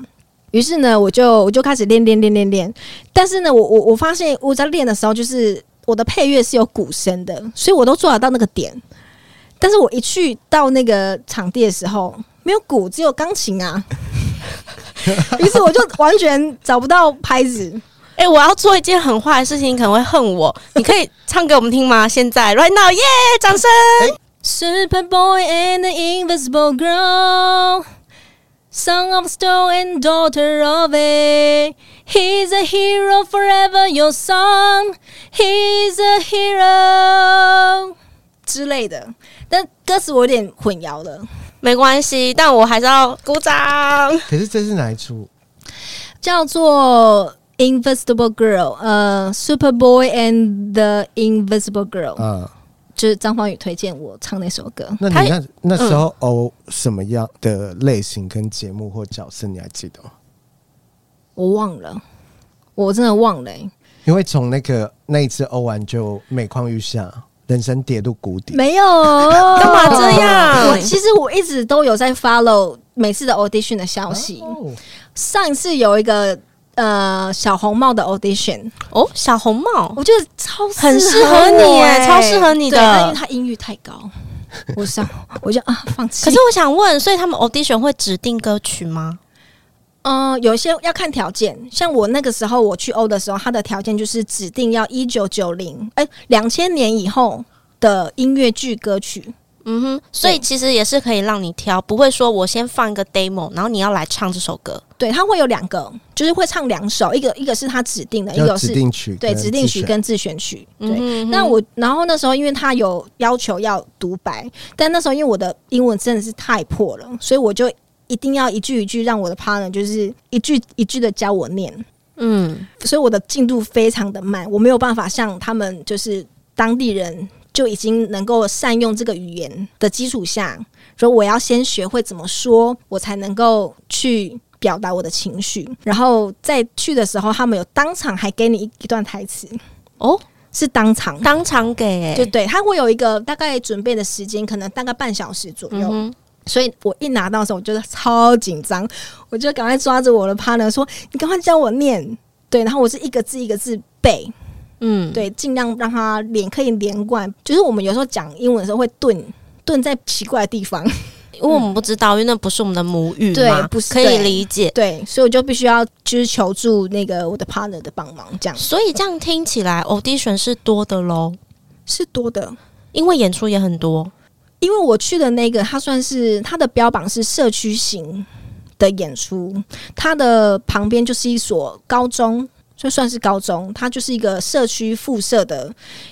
Speaker 3: 于是呢，我就我就开始练练练练练，但是呢，我我我发现我在练的时候，就是我的配乐是有鼓声的，所以我都做得到那个点。但是我一去到那个场地的时候，没有鼓，只有钢琴啊。于是我就完全找不到拍子。
Speaker 1: 哎、我要做一件很坏的事情，你可能会恨 我。你可以唱给我们听吗？现在 right now，耶、掌声！
Speaker 2: 哎
Speaker 3: Super boy and the invisible girl, son of stone and daughter of a. He's a hero forever, your son. He's a hero 之类的，但歌词我有点混淆了。
Speaker 1: 没关系，但我还是要鼓掌。
Speaker 2: 可是这是哪一出？
Speaker 3: 叫做《Invisible Girl》，呃，《Super Boy and the Invisible Girl、
Speaker 2: 嗯，
Speaker 3: 就是张方宇推荐我唱那首歌。
Speaker 2: 那
Speaker 1: 他
Speaker 2: 你那那时
Speaker 3: 嗯
Speaker 2: 候哦，什么样的类型跟节目或角色你还记得吗？
Speaker 3: 我忘了，我真的忘了欸、
Speaker 2: 因为从那个那一次欧完就每况愈下，人生跌入谷底。
Speaker 3: 没有，干
Speaker 1: 干嘛这样
Speaker 3: 我其实我一直都有在 follow 每次的 audition 的消息。
Speaker 2: 哦
Speaker 3: 上一次有一个呃小红帽的 audition，
Speaker 1: 哦，小红帽，
Speaker 3: 我觉得超
Speaker 1: 很适合
Speaker 3: 合
Speaker 1: 你
Speaker 3: 我
Speaker 1: 欸
Speaker 3: 欸
Speaker 1: 超适合你的
Speaker 3: 对但因为他音域太高，我想 我就啊放弃。
Speaker 1: 可是我想问，所以他们 audition 会指定歌曲吗？
Speaker 3: 嗯，有一些要看条件，像我那个时候我去欧的时候，它的条件就是指定要一九九零哎两千年以后的音乐剧歌曲。
Speaker 1: 嗯哼，所以
Speaker 3: 对
Speaker 1: 其实也是可以让你挑，不会说我先放一个 demo，然后你要来唱这首歌。
Speaker 3: 对，它会有两个，就是会唱两首，一个一个是他指定的，一
Speaker 2: 要
Speaker 3: 个
Speaker 2: 指
Speaker 3: 是
Speaker 2: 定曲，
Speaker 3: 对指定曲。跟自选曲。对，
Speaker 1: 嗯哼
Speaker 3: 那我然后那时候因为他有要求要独白，但那时候因为我的英文真的是太破了，所以我就一定要一句一句让我的 partner 就是一句一句的教我念。
Speaker 1: 嗯，
Speaker 3: 所以我的进度非常的慢，我没有办法像他们就是当地人就已经能够善用这个语言的基础下，所以我要先学会怎么说，我才能够去表达我的情绪。然后在去的时候，他们有当场还给你一一段台词，
Speaker 1: 哦，
Speaker 3: 是当场。
Speaker 1: 当场给、欸，
Speaker 3: 就对，他会有一个大概准备的时间，可能大概半小时左右。
Speaker 1: 嗯哼，
Speaker 3: 所以我一拿到的时候，我就是超紧张，我就赶快抓着我的 partner 说：“你赶快教我念。”对，然后我是一个字一个字背，
Speaker 1: 嗯，
Speaker 3: 对，尽量让他连可以连贯。就是我们有时候讲英文的时候会顿顿在奇怪的地方，
Speaker 1: 因为我们不知道，因为那不是我们的母语嘛，
Speaker 3: 对不是
Speaker 1: 可以
Speaker 3: 对
Speaker 1: 理解。
Speaker 3: 对，所以我就必须要就是求助那个我的 partner 的帮忙，这样
Speaker 1: 所以这样听起来，audition 是多的喽，
Speaker 3: 是多的。
Speaker 1: 因为演出也很多。
Speaker 3: 因为我去的那个，它算是它的标榜是社区型的演出，它的旁边就是一所高中，就算是高中，它就是一个社区附设的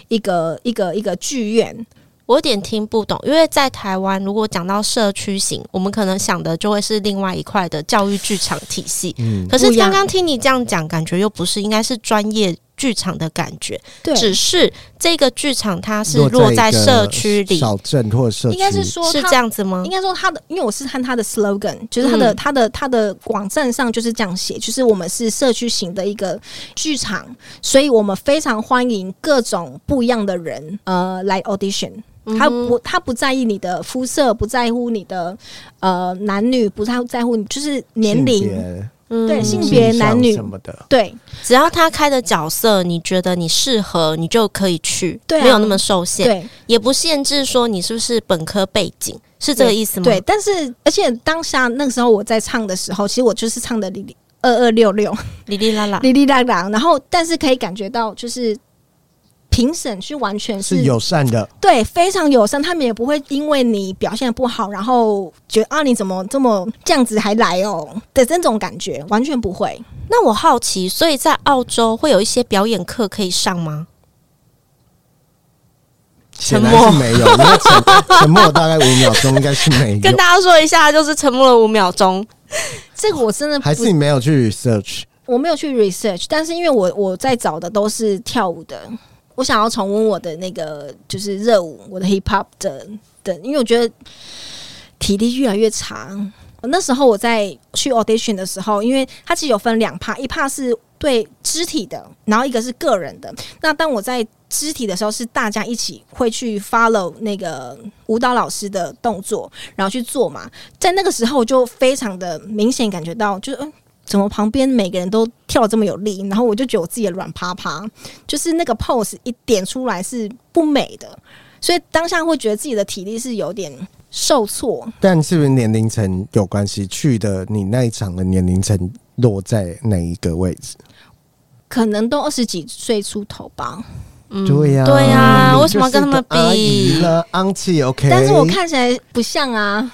Speaker 3: 一个一个一个剧院。
Speaker 1: 我有点听不懂，因为在台湾，如果讲到社区型，我们可能想的就会是另外一块的教育剧场体系。
Speaker 2: 嗯，
Speaker 1: 可是
Speaker 3: 不一
Speaker 1: 刚
Speaker 3: 样
Speaker 1: 刚听你这样讲，感觉又不是，应该是专业剧场的感觉。
Speaker 3: 对，
Speaker 1: 只是这个剧场它是落在
Speaker 2: 一个
Speaker 1: 社区里，
Speaker 2: 小镇或者社区，
Speaker 3: 应该是说
Speaker 1: 是
Speaker 3: 它
Speaker 1: 这样子吗
Speaker 2: 嗯
Speaker 3: 应？该说他的，因为我是看他的 slogan，就是他的、
Speaker 1: 嗯
Speaker 3: 他的他的网站上就是这样写，就是我们是社区型的一个剧场，所以我们非常欢迎各种不一样的人呃来 audition。他
Speaker 2: 嗯
Speaker 3: 不，他不在意你的肤色，不在乎你的呃男女，不太在乎你就是年
Speaker 2: 性
Speaker 3: 龄，
Speaker 2: 别
Speaker 1: 嗯
Speaker 3: 对性别
Speaker 2: 向
Speaker 3: 男女
Speaker 2: 什么的，
Speaker 3: 对
Speaker 1: 只要他开的角色，你觉得你适合，你就可以去，
Speaker 3: 对啊
Speaker 1: 没有那么受限，
Speaker 3: 对
Speaker 1: 也不限制说你是不是本科背景，是这个意思吗？
Speaker 3: 对。，但是，而且当下那个时候我在唱的时候，其实我就是唱的里里二二六六，
Speaker 1: 哩哩啦啦，
Speaker 3: 哩哩啦啦，然后但是可以感觉到，就是评审是完全
Speaker 2: 是
Speaker 3: 是
Speaker 2: 友善的，
Speaker 3: 对非常友善，他们也不会因为你表现得不好，然后觉得啊你怎么这么这样子还来哦的这种感觉，完全不会。
Speaker 1: 那我好奇，所以在澳洲会有一些表演课可以上吗？
Speaker 2: 显
Speaker 1: 默
Speaker 2: 然是没有，因为沉沉默大概五秒钟，应该是 没有
Speaker 1: 跟。大家说一下，就是沉默了五秒 钟。
Speaker 3: 这个我真的
Speaker 2: 还
Speaker 3: 不
Speaker 2: 是你没有去 research？
Speaker 3: 我没有去 research，但是因为我我在找的都是跳舞的，我想要重温我的那个就是热舞，我的 hip hop 的的，因为我觉得体力越来越差。我那时候我在去 audition 的时候，因为它其实有分两趴，一趴是对肢体的，然后一个是个人的。那当我在肢体的时候，是大家一起会去 follow 那个舞蹈老师的动作，然后去做嘛。在那个时候，我就非常的明显感觉到，就是、嗯怎么旁边每个人都跳得这么有力？然后我就觉得我自己也软趴趴，就是那个 pose 一点出来是不美的，所以当下会觉得自己的体力是有点受挫。
Speaker 2: 但是不是年龄层有关系？去的你那一场的年龄层落在哪一个位置？
Speaker 3: 可能都二十几岁出头吧，
Speaker 1: 嗯
Speaker 2: 对呀、
Speaker 1: 对呀、
Speaker 2: 你
Speaker 1: 为什么要
Speaker 2: 就是
Speaker 1: 跟他们
Speaker 2: 个阿姨
Speaker 1: 比？
Speaker 2: 了？Auntie OK，
Speaker 3: 但是我看起来不像啊。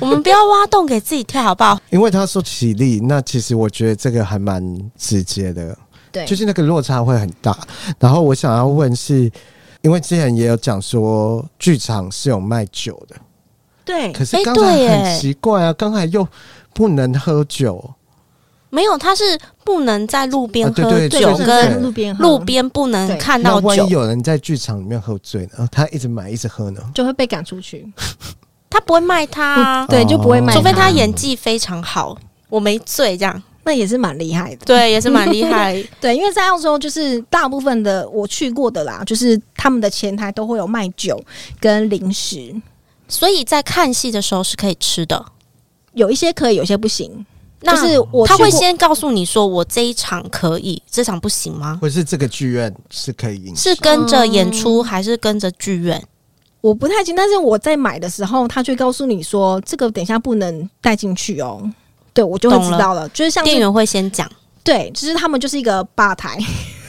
Speaker 1: 我们不要挖洞给自己跳，好不好？
Speaker 2: 因为他说体力，那其实我觉得这个还蛮直接的，
Speaker 3: 对，
Speaker 2: 就是那个落差会很大。然后我想要问是，因为之前也有讲说剧场是有卖酒的，
Speaker 1: 对
Speaker 2: 可是
Speaker 1: 哎，
Speaker 2: 刚才
Speaker 1: 对
Speaker 2: 很
Speaker 1: 耶，
Speaker 2: 奇怪啊，刚才又不能喝酒，
Speaker 1: 没有，他是不能在路边
Speaker 2: 啊对
Speaker 1: 喝
Speaker 2: 对
Speaker 1: 酒，
Speaker 2: 这
Speaker 1: 跟
Speaker 2: 个对
Speaker 3: 嗯路边喝
Speaker 1: 路边不能
Speaker 3: 对
Speaker 1: 看
Speaker 2: 那
Speaker 1: 到
Speaker 2: 万
Speaker 1: 酒
Speaker 2: 一，有人在剧场里面喝醉呢？哦他一直买一直喝呢？
Speaker 3: 就会被赶出去，
Speaker 1: 他不会卖他啊、
Speaker 3: 对，就不
Speaker 2: 哦
Speaker 3: 会卖它。
Speaker 1: 除非他演技非常好，我没醉这样，
Speaker 3: 那也是蛮厉害的。
Speaker 1: 对，也是蛮厉害。
Speaker 3: 对，因为在澳洲，就是大部分的我去过的啦，就是他们的前台都会有卖酒跟零食，
Speaker 1: 所以在看戏的时候是可以吃的。
Speaker 3: 有一些可以，有些不行。
Speaker 1: 那
Speaker 3: 就是我
Speaker 1: 他
Speaker 3: 去
Speaker 1: 会
Speaker 3: 过
Speaker 1: 先告诉你说，我这一场可以，这场不行吗？
Speaker 2: 或是这个剧院是可以饮食
Speaker 1: 是跟着演
Speaker 3: 哦
Speaker 1: 出还是跟着剧院？
Speaker 3: 我不太清，但是我在买的时候，他就会告诉你说这个等一下不能带进去哦。对，我就会知道了，就是像
Speaker 1: 店
Speaker 3: 是
Speaker 1: 员会先讲，
Speaker 3: 对，就是他们就是一个吧台，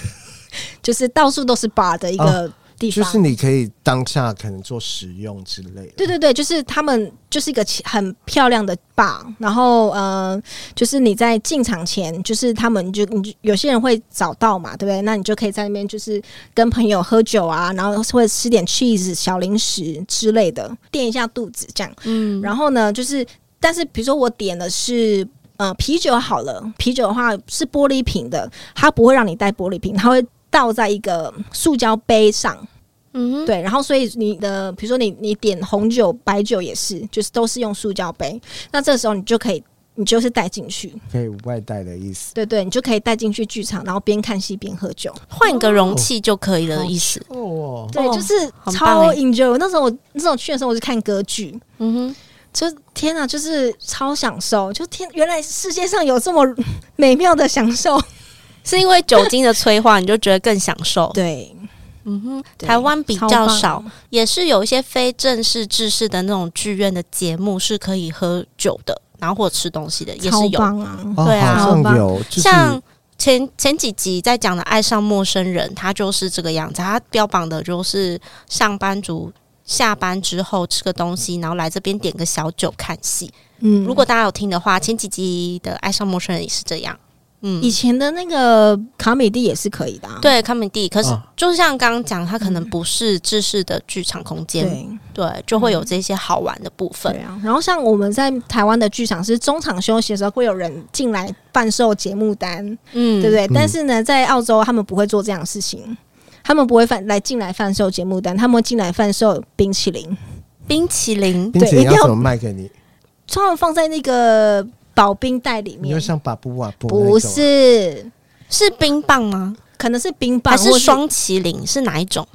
Speaker 3: 就是到处都是吧的一个地
Speaker 2: 哦就
Speaker 3: 方。
Speaker 2: 是你可以当下可能做食用之类的。
Speaker 3: 对对对，就是他们就是一个其很漂亮的 bar，然后呃，就是你在进场前，就是他们就你就有些人会早到嘛，对不对？那你就可以在那边就是跟朋友喝酒啊，然后会吃点 cheese 小零食之类的，垫一下肚子这样。
Speaker 1: 嗯，
Speaker 3: 然后呢，就是但是比如说我点的是。呃，啤酒好了，啤酒的话是玻璃瓶的，它不会让你带玻璃瓶，它会倒在一个塑胶杯上，
Speaker 1: 嗯，，
Speaker 3: 对，然后所以你的，比如说你你点红酒、白酒也是，就是都是用塑胶杯。那这时候你就可以，你就是带进去，
Speaker 2: 可以外带的意思。
Speaker 3: 对对，你就可以带进去剧场，然后边看戏边喝酒。
Speaker 1: 换个容器就可以了，意思。
Speaker 2: 哦，
Speaker 3: 对，
Speaker 1: 哦
Speaker 3: 就是
Speaker 1: 很棒
Speaker 3: 超
Speaker 1: 欸
Speaker 3: enjoy。那时候我那时候去的时候，我是看歌剧，
Speaker 1: 嗯哼，
Speaker 3: 就天哪，就是超享受，就天，原来世界上有这么 美妙的享受。
Speaker 1: 是因为酒精的催化，你就觉得更享受。
Speaker 3: 对，
Speaker 1: 嗯哼，
Speaker 3: 对
Speaker 1: 台湾比
Speaker 3: 超
Speaker 1: 较
Speaker 3: 棒
Speaker 1: 少，也是有一些非正式制式的那种剧院的节目是可以喝酒的，然后或者吃东西的，也
Speaker 3: 超
Speaker 1: 是有。
Speaker 3: 棒啊！
Speaker 2: 哦
Speaker 1: 对啊
Speaker 2: 好
Speaker 3: 好吧
Speaker 2: 像有，就是
Speaker 1: 像前前几集在讲的《爱上陌生人》，他就是这个样子，他标榜的就是上班族。下班之后吃个东西，然后来这边点个小酒看戏。
Speaker 3: 嗯，
Speaker 1: 如果大家有听的话，前几集的《爱上陌生人》也是这样。嗯，
Speaker 3: 以前的那个卡米蒂也是可以的、啊，
Speaker 1: 对，康美蒂。可是
Speaker 2: 啊
Speaker 1: 就像刚刚讲，它可能不是制式的剧场空间，
Speaker 3: 嗯对。
Speaker 1: 对，就会有这些好玩的部分
Speaker 3: 对。啊，然后像我们在台湾的剧场是中场休息的时候会有人进来贩售节目单，
Speaker 1: 嗯，
Speaker 3: 对不对？
Speaker 2: 嗯
Speaker 3: 但是呢，在澳洲他们不会做这样的事情，他们不会贩来进来贩售节目单，他们会进来贩售冰淇淋，
Speaker 1: 冰淇淋，
Speaker 2: 并且
Speaker 3: 对一定
Speaker 2: 要
Speaker 3: 要
Speaker 2: 怎么卖给你？
Speaker 3: 他们放在那个保冰袋里
Speaker 2: 你就
Speaker 3: 面，
Speaker 2: 像把布瓦布
Speaker 3: 不是，
Speaker 1: 是冰棒吗？
Speaker 3: 可能是冰棒
Speaker 1: 还
Speaker 3: 或
Speaker 1: 是双麒麟？是哪一种？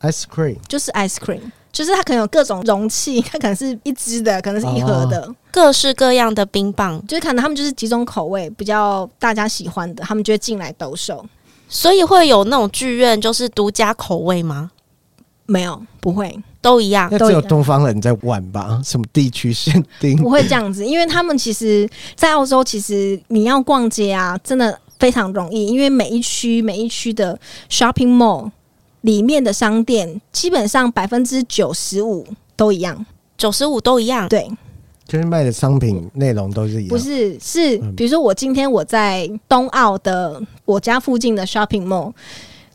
Speaker 2: ice cream，
Speaker 3: 就是 ice cream。就是它可能有各种容器， 它可能是一支的，可能是一盒的，
Speaker 1: 各式各样的冰棒，
Speaker 3: 就是可能他们就是几种口味比较大家喜欢的，他们就会进来兜售。
Speaker 1: 所以会有那种剧院就是独家口味吗？
Speaker 3: 没有，不会，
Speaker 1: 都一样
Speaker 2: 那
Speaker 3: 都
Speaker 2: 只
Speaker 3: 一
Speaker 2: 有
Speaker 3: 样
Speaker 2: 东方人在玩吧？什么地区限定？
Speaker 3: 不会这样子，因为他们其实，在澳洲，其实你要逛街啊，真的非常容易，因为每一区每一区的 shopping mall 里面的商店，基本上百分之九十五都一样。
Speaker 1: 九十五都一样。
Speaker 3: 对，
Speaker 2: 就是卖的商品内容都是一
Speaker 3: 不
Speaker 2: 样。
Speaker 3: 是是
Speaker 2: 嗯，
Speaker 3: 比如说我今天我在东澳的我家附近的 shopping mall。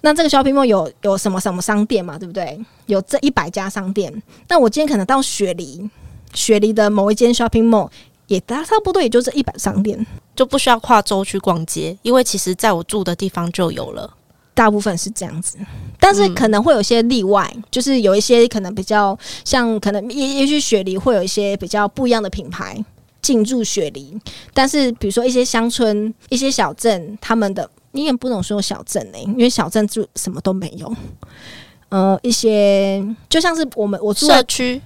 Speaker 3: 那这个 shopping mall 有有什么什么商店嘛？对不对？有这一百家商店。那我今天可能到雪梨，雪梨的某一间 shopping mall 也大差不多也就这一百商店。
Speaker 1: 就不需要跨州去逛街，因为其实在我住的地方就有了。
Speaker 3: 大部分是这样子，但是可能会有些例外，就是有一些可能比较像，可能也也许雪梨会有一些比较不一样的品牌进驻雪梨，但是比如说一些乡村、一些小镇，他们的你也不能说小镇呢、因为小镇就什么都没有。呃，一些就像是我们我住
Speaker 1: 社
Speaker 3: 在
Speaker 1: 区，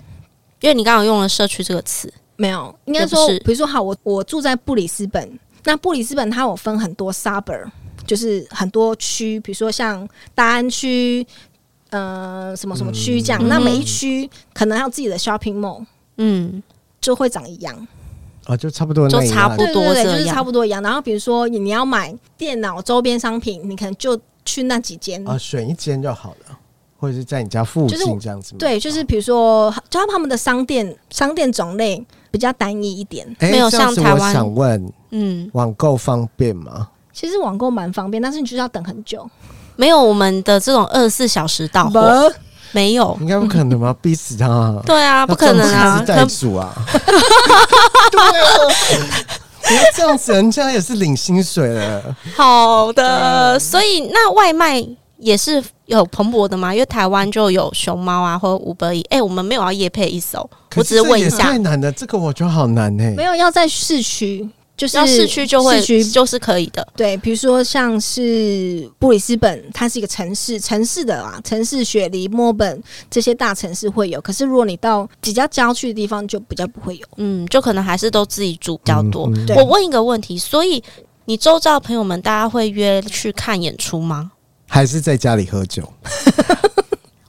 Speaker 1: 因为你刚刚有用了“社区”这个词，
Speaker 3: 没有，应该
Speaker 1: 也
Speaker 3: 说
Speaker 1: 不是，
Speaker 3: 比如说好，我我住在布里斯本，那布里斯本它有分很多 suburb，就是很多区，比如说像大安区，呃，什么什么区这样。
Speaker 1: 嗯
Speaker 3: 那每一区可能还有自己的 shopping mall，
Speaker 1: 嗯，
Speaker 3: 就会长一样，
Speaker 2: 啊，就差不多
Speaker 1: 就
Speaker 2: 那
Speaker 1: 差
Speaker 2: 样
Speaker 1: 不
Speaker 3: 对对对，
Speaker 1: 多这
Speaker 3: 就是
Speaker 1: 样
Speaker 3: 差不多一样。然后比如说你你要买电脑周边商品，你可能就去那几间。
Speaker 2: 啊，选一间就好了，或者是在你家附
Speaker 3: 就是
Speaker 2: 近
Speaker 3: 我
Speaker 2: 这样子吗。
Speaker 3: 对，就是比如说，就他们的商店商店种类比较单一一点。
Speaker 2: 哎
Speaker 1: 没有
Speaker 2: 这样子
Speaker 1: 像台
Speaker 2: 我
Speaker 1: 湾
Speaker 2: 想问，
Speaker 1: 嗯，
Speaker 2: 网购方便吗？
Speaker 3: 其实网购蛮方便，但是你就是要等很久。
Speaker 1: 没有我们的这种二十四小时到货，
Speaker 3: 不
Speaker 1: 没有。
Speaker 2: 应该不可能吧？ 逼死他啊！
Speaker 1: 对啊，不可能啊
Speaker 2: 那，这样
Speaker 1: 可
Speaker 2: 子是债主 啊！对啊，不要这样子，人家也是领薪水了。
Speaker 1: 好的。所以那外卖也是有蓬勃的嘛，因为台湾就有熊猫啊，或者五百亿。哎，我们没有要夜配一手， 我
Speaker 2: 可
Speaker 1: 只是问一
Speaker 2: 这也
Speaker 1: 下
Speaker 2: 太，难了，这个我觉得好难哎、
Speaker 3: 没有要在市区，就是
Speaker 1: 要市区就会
Speaker 3: 市区
Speaker 1: 就是可以的。
Speaker 3: 对，比如说像是布里斯本，它是一个城市，城市的啊，城市雪梨、墨尔本这些大城市会有，可是如果你到比较郊区的地方，就比较不会有。
Speaker 1: 嗯，就可能还是都自己煮比较多。
Speaker 2: 嗯嗯
Speaker 3: 对
Speaker 1: 我问一个问题，所以你周遭的朋友们，大家会约去看演出吗？
Speaker 2: 还是在家里喝酒。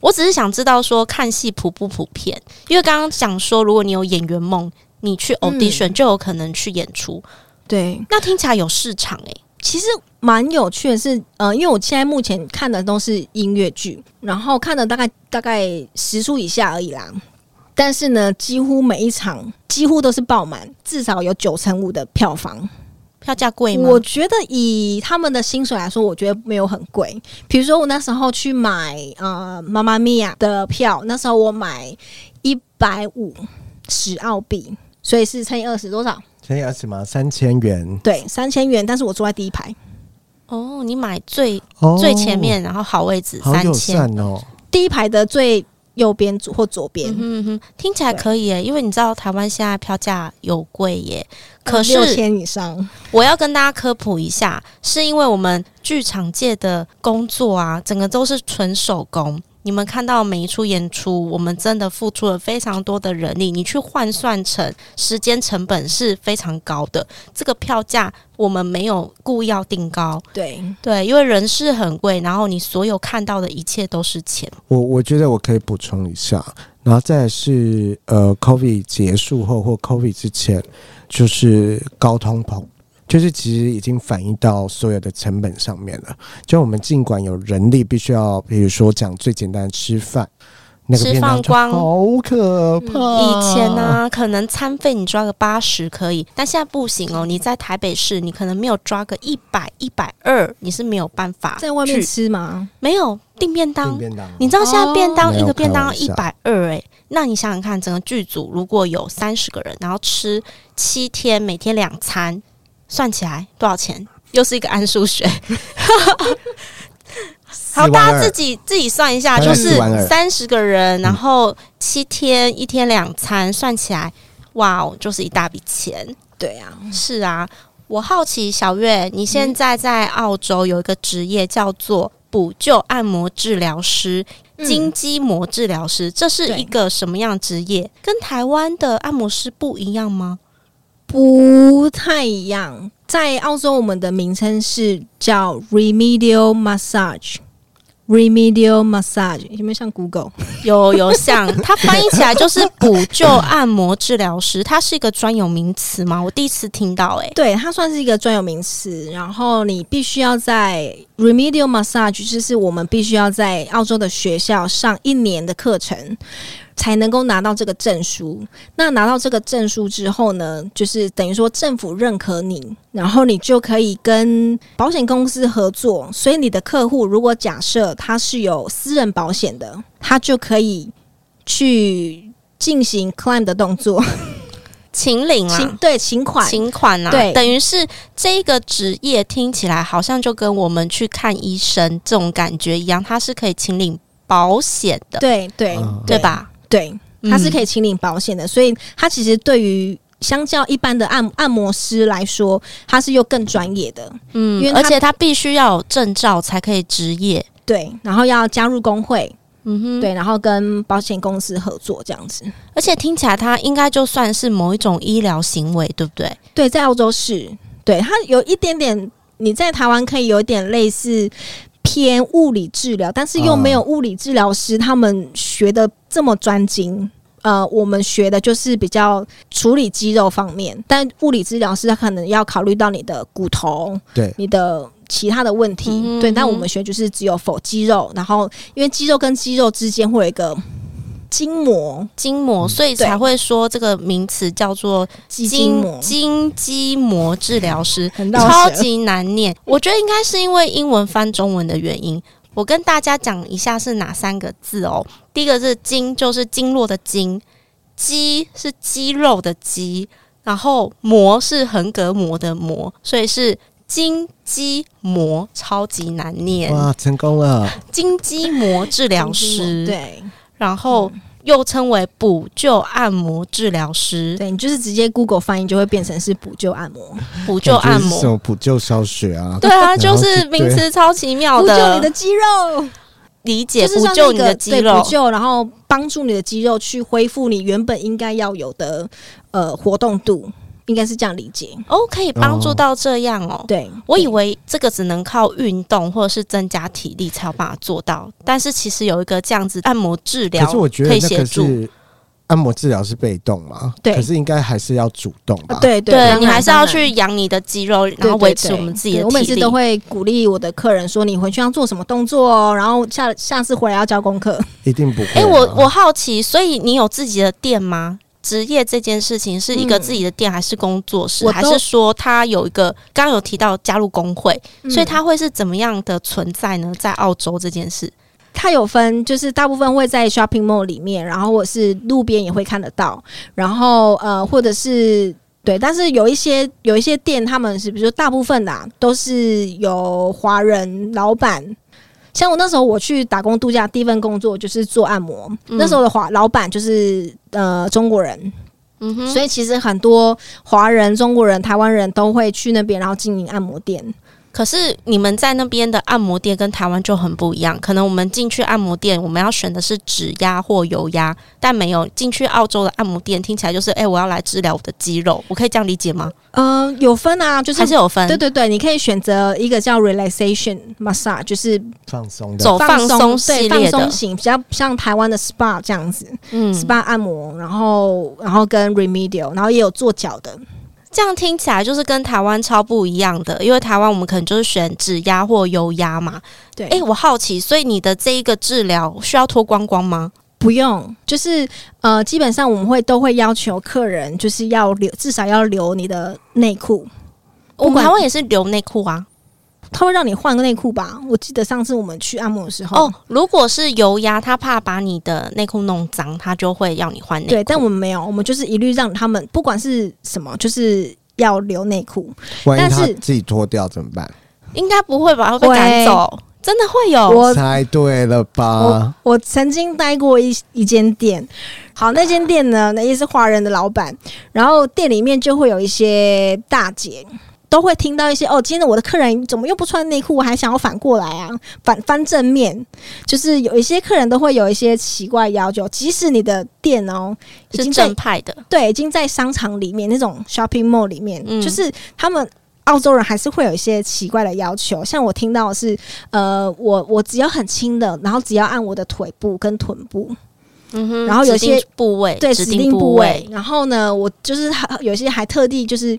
Speaker 1: 我只是想知道说看戏普不普遍，因为刚刚讲说，如果你有演员梦，你去 audition 就有可能去演出，
Speaker 3: 对，
Speaker 1: 那听起来有市场哎诶、
Speaker 3: 其实蛮有趣的是，呃，因为我现在目前看的都是音乐剧，然后看了大概大概十出以下而已啦。但是呢，几乎每一场几乎都是爆满，至少有九成五的票房。
Speaker 1: 票价贵吗？
Speaker 3: 我觉得以他们的薪水来说，我觉得没有很贵。比如说我那时候去买呃妈妈咪呀的票，那时候我买一百五十澳币，所以是乘以二十多少？
Speaker 2: 乘以二十吗？三千元
Speaker 3: 对，三千元。但是我坐在第一排，
Speaker 1: 哦，你买最、
Speaker 2: 哦
Speaker 1: 最前，面，然后好位置
Speaker 2: 好
Speaker 1: 三
Speaker 2: 友
Speaker 1: 千。
Speaker 2: 善哦。
Speaker 3: 第一排的最右边或左边
Speaker 1: 嗯，哼嗯哼，听起来可以耶、因为你知道台湾现在票价有贵耶，可是
Speaker 3: 嗯六千以上。
Speaker 1: 我要跟大家科普一下，是因为我们剧场界的工作啊，整个都是纯手工。你们看到每一出演出，我们真的付出了非常多的人力，你去换算成时间成本是非常高的。这个票价我们没有故意要定高，
Speaker 3: 对，
Speaker 1: 对，因为人事很贵，然后你所有看到的一切都是钱。
Speaker 2: 我我觉得我可以补充一下，然后再来是呃，COVID 结束后或 COVID 之前，就是高通膨，就是其实已经反映到所有的成本上面了。就我们尽管有人力，必须要，比如说讲最简单的吃饭，那个
Speaker 1: 吃
Speaker 2: 便
Speaker 1: 饭
Speaker 2: 当就
Speaker 1: 光嗯
Speaker 2: 好可怕。
Speaker 3: 哦
Speaker 1: 以前啊呢、，可能餐费你抓个八十可以，但现在不行哦。你在台北市，你可能没有抓个一百、一百二，你是没有办法
Speaker 3: 在外面
Speaker 1: 去
Speaker 3: 吃吗？
Speaker 1: 没有订便当
Speaker 2: 订。便当，啊
Speaker 1: 你知道现在便当
Speaker 2: 哦
Speaker 1: 一个便当
Speaker 2: 没
Speaker 1: 一
Speaker 2: 有开
Speaker 1: 百二哎，那你想想看，整个剧组如果有三十个人，然后吃七天，每天两餐，算起来多少钱？又是一个按数学。好，
Speaker 2: 4万
Speaker 1: 大家
Speaker 2: 二
Speaker 1: 自己自己算一下，
Speaker 2: 大概
Speaker 1: 就是
Speaker 2: 4万二嗯
Speaker 1: 三十个人，然后七天，一天两餐，算起来，哇哦，就是一大笔钱。
Speaker 3: 对啊，
Speaker 2: 嗯
Speaker 1: 是啊，我好奇小月，你现在在澳洲有一个职业叫做补救按摩治疗师、
Speaker 3: 今
Speaker 1: 经
Speaker 2: 嗯
Speaker 1: 筋肌膜治疗师，这是
Speaker 3: 对
Speaker 1: 一个什么样的职业？跟台湾的按摩师不一样吗？
Speaker 3: 不太一样。在澳洲，我们的名称是叫 remedial massage。remedial massage 有没有像 Google？
Speaker 1: 有有 像它翻译起来就是补救按摩治疗师，它是一个专有名词吗？我第一次听到、欸，
Speaker 3: 对，它算是一个专有名词。然后你必须要在 remedial massage，就是我们必须要在澳洲的学校上一年的课程，才能够拿到这个证书。那拿到这个证书之后呢，就是等于说政府认可你，然后你就可以跟保险公司合作。所以你的客户如果假设他是有私人保险的，他就可以去进行 claim 的动作，
Speaker 1: 秦岭
Speaker 3: 请
Speaker 1: 啊。
Speaker 3: 对请款。
Speaker 1: 请款啊，
Speaker 3: 对
Speaker 1: 等于是这个职业听起来好像就跟我们去看医生这种感觉一样，它是可以请领保险的，
Speaker 3: 对对
Speaker 2: 嗯
Speaker 1: 对？吧？
Speaker 3: 对，它是可
Speaker 1: 以，
Speaker 3: 以请领保险的，所以它其实对于相较一般的按按摩师来说，它是又更专业的。
Speaker 1: 嗯
Speaker 3: 因为它
Speaker 1: 而且他必须要有证照才可以执业，
Speaker 3: 对，然后要加入工会，
Speaker 1: 嗯哼，。
Speaker 3: 对，然后跟保险公司合作这样子。
Speaker 1: 而且听起来他应该就算是某一种医疗行为，对不对？
Speaker 3: 对，在澳洲是，对，它有一点点，你在台湾可以有点类似偏物理治疗，但是又
Speaker 1: 嗯
Speaker 3: 没有物理治疗师他们学的这么专精。呃，我们学的就是比较处理肌肉方面，但物理治疗师他可能要考虑到你的骨头、
Speaker 2: 对
Speaker 3: 你的其他的问题。
Speaker 1: 嗯
Speaker 3: 对，
Speaker 1: 嗯
Speaker 3: 但我们学就是只有否肌肉，然后因为肌肉跟肌肉之间会有一个筋膜，
Speaker 1: 筋膜，所以
Speaker 3: 嗯对
Speaker 1: 才会说这个名词叫做
Speaker 3: 肌筋膜，
Speaker 1: 筋肌膜治疗师，
Speaker 3: 很绕舌
Speaker 1: 超级难念。我觉得应该是因为英文翻中文的原因。我跟大家讲一下是哪三个字哦。第一个是“经”，就是经络的“经”；“肌”是肌肉的“肌”，然后“膜”是横膈膜的“膜”，所以是筋肌膜，超级难念。
Speaker 2: 哇，成 功了！
Speaker 1: 筋肌膜治疗师，，
Speaker 3: 对嗯
Speaker 1: 然后又称为补救按摩治疗师、
Speaker 3: 对，你就是直接 Google 翻译就会变成是补救按摩，
Speaker 1: 补救按
Speaker 2: 感觉是什
Speaker 1: 摩。
Speaker 2: 么补救消血啊？
Speaker 1: 对啊，
Speaker 2: 然
Speaker 1: 就
Speaker 2: 后
Speaker 1: 是
Speaker 2: 就
Speaker 1: 名词超奇妙
Speaker 3: 补救你
Speaker 1: 的，
Speaker 3: 的肌肉，
Speaker 1: 理
Speaker 3: 就
Speaker 1: 解
Speaker 3: 是
Speaker 1: 补
Speaker 3: 像
Speaker 1: 救
Speaker 3: 那
Speaker 1: 你
Speaker 3: 个
Speaker 1: 的肌
Speaker 3: 对
Speaker 1: 肉
Speaker 3: 补，救，然后帮助你的肌肉去恢复你原本应该要有的呃活动度，应该是这样理解。
Speaker 1: 哦，可以帮助到这样哦。
Speaker 3: 对，
Speaker 1: 我以
Speaker 3: 对
Speaker 1: 为这个只能靠运动或者是增加体力才有办法做到，但是其实有一个这样子按摩治疗，
Speaker 2: 可是我觉得
Speaker 1: 可以
Speaker 2: 那
Speaker 1: 协
Speaker 2: 个
Speaker 1: 助。
Speaker 2: 是按摩治疗是被动嘛，
Speaker 3: 对
Speaker 2: 可是应该还是要主动吧？
Speaker 3: 啊，对对
Speaker 1: 呃对
Speaker 3: 当
Speaker 1: 你
Speaker 3: 然
Speaker 1: 还是要
Speaker 3: 当然
Speaker 1: 去养你的肌肉，
Speaker 3: 对
Speaker 1: 然后维持
Speaker 3: 对
Speaker 1: 我
Speaker 3: 对
Speaker 1: 们自己的
Speaker 3: 对我每
Speaker 1: 体
Speaker 3: 次
Speaker 1: 力。
Speaker 3: 都会鼓励我的客人说：“你回去要做什么动作哦，然后下下次回来要交功课。
Speaker 2: 一定不会啊。
Speaker 1: 哎、我我好奇，所以你有自己的店吗？职业这件事情是一个
Speaker 3: 嗯
Speaker 1: 自己的店，还是工作室，
Speaker 3: 我
Speaker 1: 还
Speaker 3: 都
Speaker 1: 是说他有一个刚刚有提到加入工会，
Speaker 3: 嗯
Speaker 1: 所以它会是怎么样的存在呢？在澳洲这件事，
Speaker 3: 它有分，就是大部分会在 shopping mall 里面，然后或是路边也会看得到，然后呃，或者是对，但是有一些有一些店，他们是比如说大部分啊都是由华人老板。像我那时候我去打工度假，第一份工作就是做按摩，
Speaker 1: 嗯
Speaker 3: 那时候的华老板就是呃中国人，
Speaker 1: 嗯哼
Speaker 3: 所以其实很多华人、中国人、台湾人都会去那边，然后经营按摩店。
Speaker 1: 可是你们在那边的按摩店跟台湾就很不一样，可能我们进去按摩店，我们要选的是指压或油压，但没有进去澳洲的按摩店，听起来就是哎、诶我要来治疗我的肌肉，我可以这样理解吗？
Speaker 3: 嗯，有分啊，就是
Speaker 1: 还是有分？
Speaker 3: 对对对，你可以选择一个叫 relaxation massage，就是
Speaker 2: 放松的
Speaker 1: 走哦放松系
Speaker 3: 对放
Speaker 1: 列的
Speaker 3: 松，型，比较像台湾的 SPA 这样子、
Speaker 1: 嗯
Speaker 3: s p a 按摩，然后然后跟 remedial，然后也有做脚的，
Speaker 1: 这样听起来就是跟台湾超不一样的，因为台湾我们可能就是选指压或油压嘛。
Speaker 3: 对，
Speaker 1: 哎、我好奇，所以你的这一个治疗需要脱光光吗？
Speaker 3: 不用，就是呃，基本上我们会都会要求客人就是要留，至少要留你的内裤，
Speaker 1: 我
Speaker 3: 不
Speaker 1: 们
Speaker 3: 管
Speaker 1: 台湾也是留内裤啊。
Speaker 3: 他会让你换个内裤吧？我记得上次我们去按摩的时候，
Speaker 1: 哦，如果是油压，他怕把你的内裤弄脏，他就会要你换内裤。
Speaker 3: 对，但我们没有，我们就是一律让他们不管是什么，就是要留内裤。
Speaker 2: 万一
Speaker 3: 但
Speaker 2: 他
Speaker 3: 是
Speaker 2: 自己脱掉怎么办？
Speaker 1: 应该不会吧？会被赶走？真的会有？
Speaker 3: 我
Speaker 2: 猜对了
Speaker 1: 啊
Speaker 2: 吧？
Speaker 3: 我曾经待过一一间店，好，那间店呢，那也是华人的老板，然后店里面就会有一些大姐。都会听到一些哦，今天我的客人怎么又不穿内裤？我还想要反过来啊，反翻正面，就是有一些客人都会有一些奇怪要求，即使你的店哦已
Speaker 1: 是
Speaker 3: 经在
Speaker 1: 正派的，
Speaker 3: 对，已经在商场里面那种 shopping mall 里面，
Speaker 1: 嗯
Speaker 3: 就是他们澳洲人还是会有一些奇怪的要求。像我听到的是，呃，我我只要很轻的，然后只要按我的腿部跟臀部，
Speaker 1: 嗯哼。
Speaker 3: 然后有
Speaker 1: 指定
Speaker 3: 些
Speaker 1: 部位，
Speaker 3: 对，
Speaker 1: 指
Speaker 3: 指
Speaker 1: 定
Speaker 3: 定部位
Speaker 1: 位。，
Speaker 3: 然后呢，我就是还有些还特地就是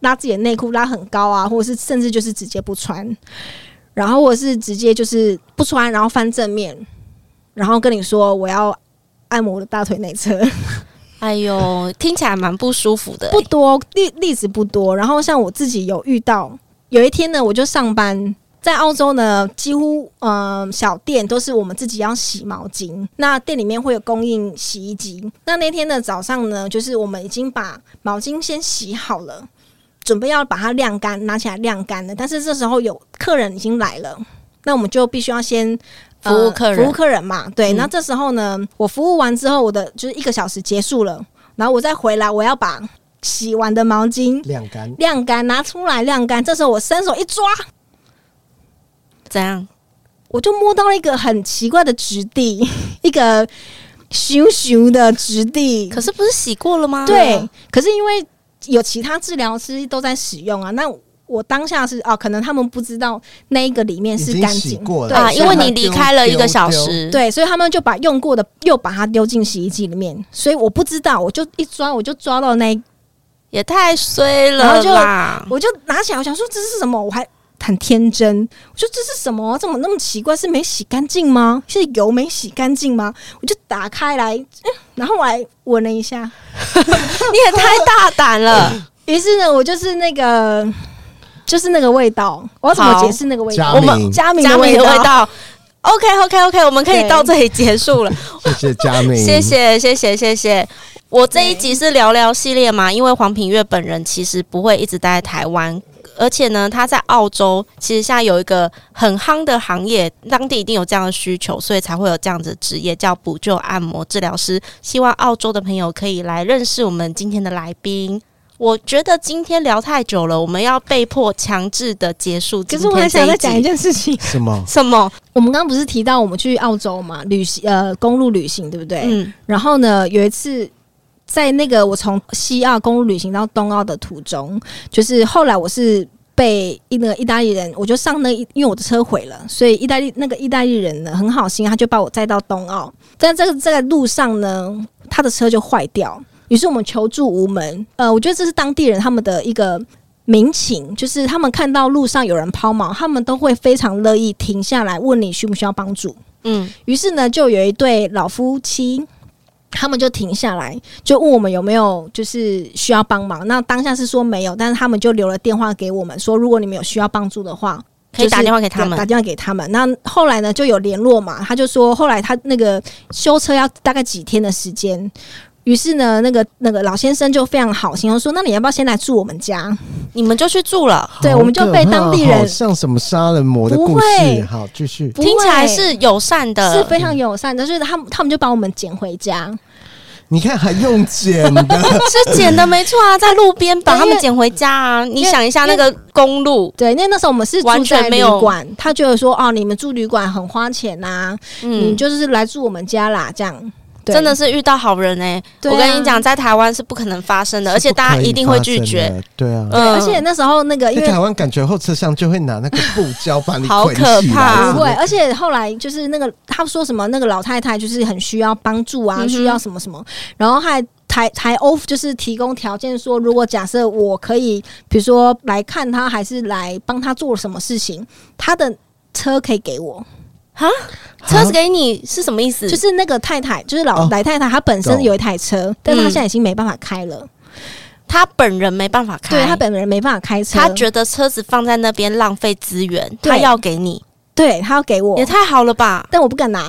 Speaker 3: 拉自己的内裤拉很高啊，或者是甚至就是直接不穿，然后我是直接就是不穿，然后翻正面，然后跟你说我要按摩我的大腿内侧。
Speaker 1: 哎呦，听起来蛮不舒服的、
Speaker 3: 不多例例子不多。然后像我自己有遇到，有一天呢，我就上班。在澳洲呢，几乎嗯、呃小店都是我们自己要洗毛巾，那店里面会有供应洗衣机。那那天的早上呢，就是我们已经把毛巾先洗好了，准备要把它晾干，拿起来晾干了。但是这时候有客人已经来了，那我们就必须要先呃
Speaker 1: 服务客人
Speaker 3: 服务客人嘛。对，
Speaker 1: 嗯
Speaker 3: 那这时候呢，我服务完之后，我的就是一个小时结束了，然后我再回来，我要把洗完的毛巾
Speaker 2: 晾干
Speaker 3: 晾干，拿出来晾干。这时候我伸手一抓，
Speaker 1: 怎样？
Speaker 3: 嗯我就摸到了一个很奇怪的质地， 一个熊熊的质地。
Speaker 1: 可是不是洗过了吗？
Speaker 3: 对，可是因为有其他治疗师都在使用啊。那我当下是哦，可能他们不知道那一个里面
Speaker 2: 已
Speaker 3: 是
Speaker 2: 经
Speaker 3: 干
Speaker 2: 洗
Speaker 3: 净。
Speaker 2: 过了
Speaker 3: 对
Speaker 1: 啊，因为
Speaker 2: 所以
Speaker 1: 你离开了一个小时，，
Speaker 3: 对，所以他们就把用过的又把它丢进洗衣机里面，所以我不知道，我就一抓，我就抓到那一
Speaker 1: 也太衰
Speaker 3: 然
Speaker 1: 了
Speaker 3: 后就
Speaker 1: 啦！
Speaker 3: 我就拿起来，我想说这是什么？我还很天真，我说这是什么？怎么那么奇怪？是没洗干净吗？是油没洗干净吗？我就打开来，嗯然后我来闻了一下，
Speaker 1: 你也太大胆 了，
Speaker 3: 于是呢，我就是那个，就是那个味道，我要怎么
Speaker 1: 好
Speaker 3: 解释那个味道？
Speaker 2: 佳
Speaker 3: 我
Speaker 2: 敏
Speaker 3: 们佳敏
Speaker 1: 加
Speaker 3: 的
Speaker 1: 米的味
Speaker 3: 道，
Speaker 1: 道。OK OK OK，我们可以
Speaker 3: 对
Speaker 1: 到这里结束了。
Speaker 2: 丢谢谢佳 明，
Speaker 1: 谢谢谢谢谢谢。我这一集是聊聊系列嘛，因为黄品月本人其实不会一直待在台湾，而且呢，他在澳洲其实现在有一个很夯的行业，当地一定有这样的需求，所以才会有这样的职业叫补救按摩治疗师。希望澳洲的朋友可以来认识我们今天的来宾。我觉得今天聊太久了，我们要被迫强制的结束
Speaker 3: 可
Speaker 1: 今
Speaker 3: 是我还
Speaker 1: 天这
Speaker 3: 想再
Speaker 1: 一
Speaker 3: 讲一
Speaker 1: 集。
Speaker 3: 件事情，
Speaker 2: 什么？
Speaker 1: 什么？
Speaker 3: 我们刚刚不是提到我们去澳洲嘛，旅行呃公路旅行对不对？
Speaker 1: 嗯，
Speaker 3: 然后呢，有一次在那个我从西澳公路旅行到东澳的途中，就是后来我是被一那个意大利人，我就上那一因为我的车毁了，所以意大利那个意大利人呢很好心，啊他就把我载到东澳。但这个这个路上呢，他的车就坏掉，于是我们求助无门。呃，我觉得这是当地人他们的一个。民情就是他们看到路上有人抛锚，他们都会非常乐意停下来问你需不需要帮助。
Speaker 1: 嗯，
Speaker 3: 于是呢，就有一对老夫妻，他们就停下来，就问我们有没有就是需要帮忙。那当下是说没有，但是他们就留了电话给我们，说如果你们有需要帮助的话，
Speaker 1: 可以打
Speaker 3: 就是
Speaker 1: 电话给他们
Speaker 3: 打。电话给他们。那后来呢，就有联络嘛，他就说后来他那个修车要大概几天的时间。于是呢，那个那个老先生就非常好心，他说：“那你要不要先来住我们家？
Speaker 1: 你们就去住了。
Speaker 3: 对我们就
Speaker 2: 好可
Speaker 3: 被
Speaker 2: 怕
Speaker 3: 当地人
Speaker 2: 好像什么杀人魔的故
Speaker 3: 不会
Speaker 2: 事。好，继续。
Speaker 3: 不会
Speaker 1: 听起来是友善的，
Speaker 3: 是非常友善的，所以他们他们就把我们捡回家。
Speaker 2: 你看还用剪的，
Speaker 1: 是捡的没错 啊，在路边把
Speaker 3: 对
Speaker 1: 他
Speaker 3: 因
Speaker 1: 们
Speaker 3: 为
Speaker 1: 捡回家啊！你
Speaker 3: 因为
Speaker 1: 想一下那个公路，
Speaker 3: 对，那那时候我们是
Speaker 1: 完
Speaker 3: 住
Speaker 1: 全
Speaker 3: 在
Speaker 1: 没
Speaker 3: 旅
Speaker 1: 有
Speaker 3: 馆，他觉得说哦，你们住旅馆很花钱呐、你
Speaker 1: 嗯，
Speaker 3: 就是来住我们家啦，这样。对
Speaker 1: 真的，是遇到好人哎、
Speaker 3: 对啊
Speaker 1: 我跟你讲，，在台湾是不可能发生的， 而且大家一定会拒绝。。
Speaker 2: 对啊，
Speaker 3: 对
Speaker 1: 嗯，
Speaker 3: 而且那时候那个因
Speaker 2: 在
Speaker 3: 为
Speaker 2: 台湾感觉后车厢就会拿那个布胶把你
Speaker 1: 好
Speaker 2: 捆起
Speaker 1: 可
Speaker 2: 来
Speaker 1: 怕
Speaker 3: 不会，而且后来就是那个他说什么那个老太太就是很需要帮助
Speaker 1: 嗯
Speaker 3: 啊，
Speaker 1: 哼
Speaker 3: 需要什么什么，然后还台台欧就是提供条件说，如果假设我可以，比如说来看他，还是来帮他做什么事情，他的车可以给我，
Speaker 1: 哈，车子给你是什么意思？
Speaker 3: 就是那个太太，就是老
Speaker 2: 哦
Speaker 3: 来太太，她本身
Speaker 2: 懂
Speaker 3: 有一台车，但是她
Speaker 1: 嗯
Speaker 3: 现在已经没办法开了。
Speaker 1: 他本人没办法嗯开，
Speaker 3: 对他本人没办法开车，
Speaker 1: 他觉得车子放在那边浪费资源，
Speaker 3: 对
Speaker 1: 他要给你，
Speaker 3: 对他要给我
Speaker 1: 也，太好了吧？
Speaker 3: 但我不敢 拿。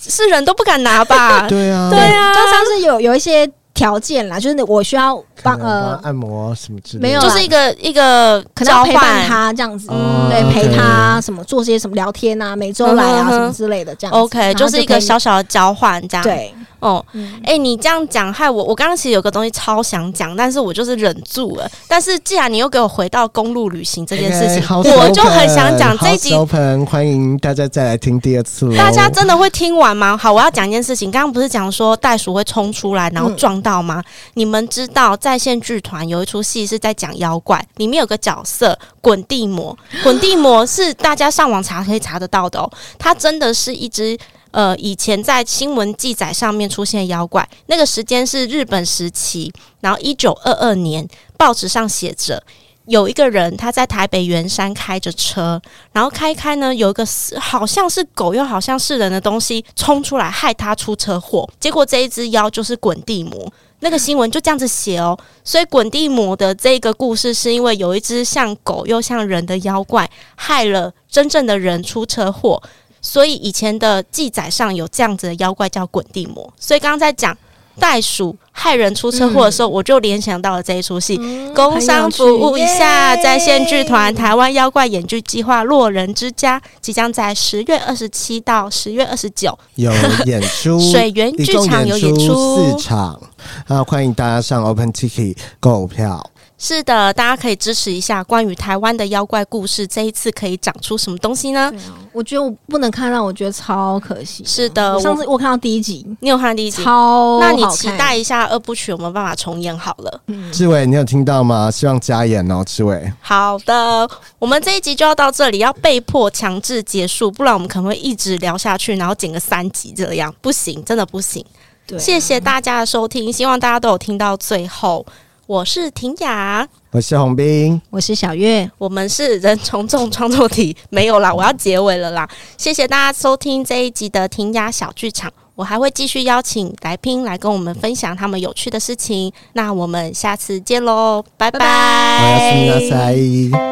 Speaker 1: 是人都不敢拿 吧？
Speaker 2: 对啊，
Speaker 1: 对啊
Speaker 3: 通常是有有一些条件啦，就是我需要
Speaker 2: 可
Speaker 3: 帮
Speaker 2: 能
Speaker 3: 呃
Speaker 2: 帮，按摩什么之类的，
Speaker 3: 没有啦
Speaker 1: 啊就是一个一个
Speaker 3: 可能要
Speaker 1: 交
Speaker 3: 陪伴
Speaker 1: 换。哦
Speaker 3: 他这样子，
Speaker 2: 嗯
Speaker 3: 对，
Speaker 2: OK
Speaker 3: 陪他什么做些什么聊天啊，每周来
Speaker 1: 嗯哼
Speaker 3: 啊
Speaker 1: 哼
Speaker 3: 什么之类的这样子。
Speaker 1: OK，
Speaker 3: 然后
Speaker 1: 就是一个
Speaker 3: 可以
Speaker 1: 小小的交换这样。，
Speaker 3: 对，
Speaker 1: 哦，
Speaker 3: 嗯
Speaker 1: 哎、你这样讲害我，我刚刚其实有个东西超想讲，但是我就是忍住了。但是既然你又给我回到公路旅行这件事情
Speaker 2: OK，house
Speaker 1: 我就很想讲
Speaker 2: open，
Speaker 1: 这一集
Speaker 2: house。open，欢迎大家再来听第二次喽。
Speaker 1: 大家真的会听完吗？好，我要讲一件事情。刚刚不是讲说袋鼠会冲出来，然后撞到吗？你们知道在线剧团有一出戏是在讲妖怪，里面有个角色滚地魔，滚地魔是大家上网查可以查得到的哦。它真的是一只呃，以前在新闻记载上面出现的妖怪，那个时间是日本时期，然后一九二二年，报纸上写着。有一个人，他在台北圆山开着车，然后开一开呢，有一个似好像是狗又好像是人的东西冲出来，害他出车祸。结果这一只妖就是滚地魔，那个新闻就这样子写哦。所以滚地魔的这个故事，是因为有一只像狗又像人的妖怪，害了真正的人出车祸。所以以前的记载上有这样子的妖怪叫滚地魔。所以刚刚在讲袋鼠害人出车祸的时候，我就联想到了这一出戏。
Speaker 3: 嗯
Speaker 1: 工商服务一下，
Speaker 3: 很有趣
Speaker 1: 在线剧团
Speaker 3: 耶
Speaker 1: 台湾妖怪演剧计划《洛人之家》即将在十月二十七到十月二十九，
Speaker 2: 有演出，
Speaker 1: 水源
Speaker 2: 一
Speaker 1: 剧
Speaker 2: 共
Speaker 1: 场有演
Speaker 2: 出
Speaker 1: 出
Speaker 2: 四。场，啊，欢迎大家上 Open Tiki 购票。
Speaker 1: 是的，大家可以支持一下关于台湾的妖怪故事，这一次可以长出什么东西呢？
Speaker 3: 我觉得我不能看到，我觉得超可惜。
Speaker 1: 是的，
Speaker 3: 我上
Speaker 1: 我
Speaker 3: 次我看到第一集，
Speaker 1: 你有看第一集？
Speaker 3: 超
Speaker 1: 那你
Speaker 3: 好
Speaker 1: 期
Speaker 3: 看
Speaker 1: 待一下二部曲有没有办法重演好了？
Speaker 3: 嗯
Speaker 2: 志伟，你有听到吗？希望加演哦，志伟。
Speaker 1: 好的，我们这一集就要到这里，要被迫强制结束，不然我们可能会一直聊下去，然后剪个三集这样，不行，真的不行。
Speaker 3: 对
Speaker 1: 谢谢大家的收听，希望大家都有听到最后。我是婷雅，
Speaker 2: 我是洪斌，
Speaker 3: 我是小月，
Speaker 1: 我们是人从众创作体，没有啦，我要结尾了啦。谢谢大家收听这一集的婷雅小剧场，我还会继续邀请来宾来跟我们分享他们有趣的事情。那我们下次见喽，拜
Speaker 3: 拜
Speaker 2: 我
Speaker 1: 拜
Speaker 2: 要是那塞。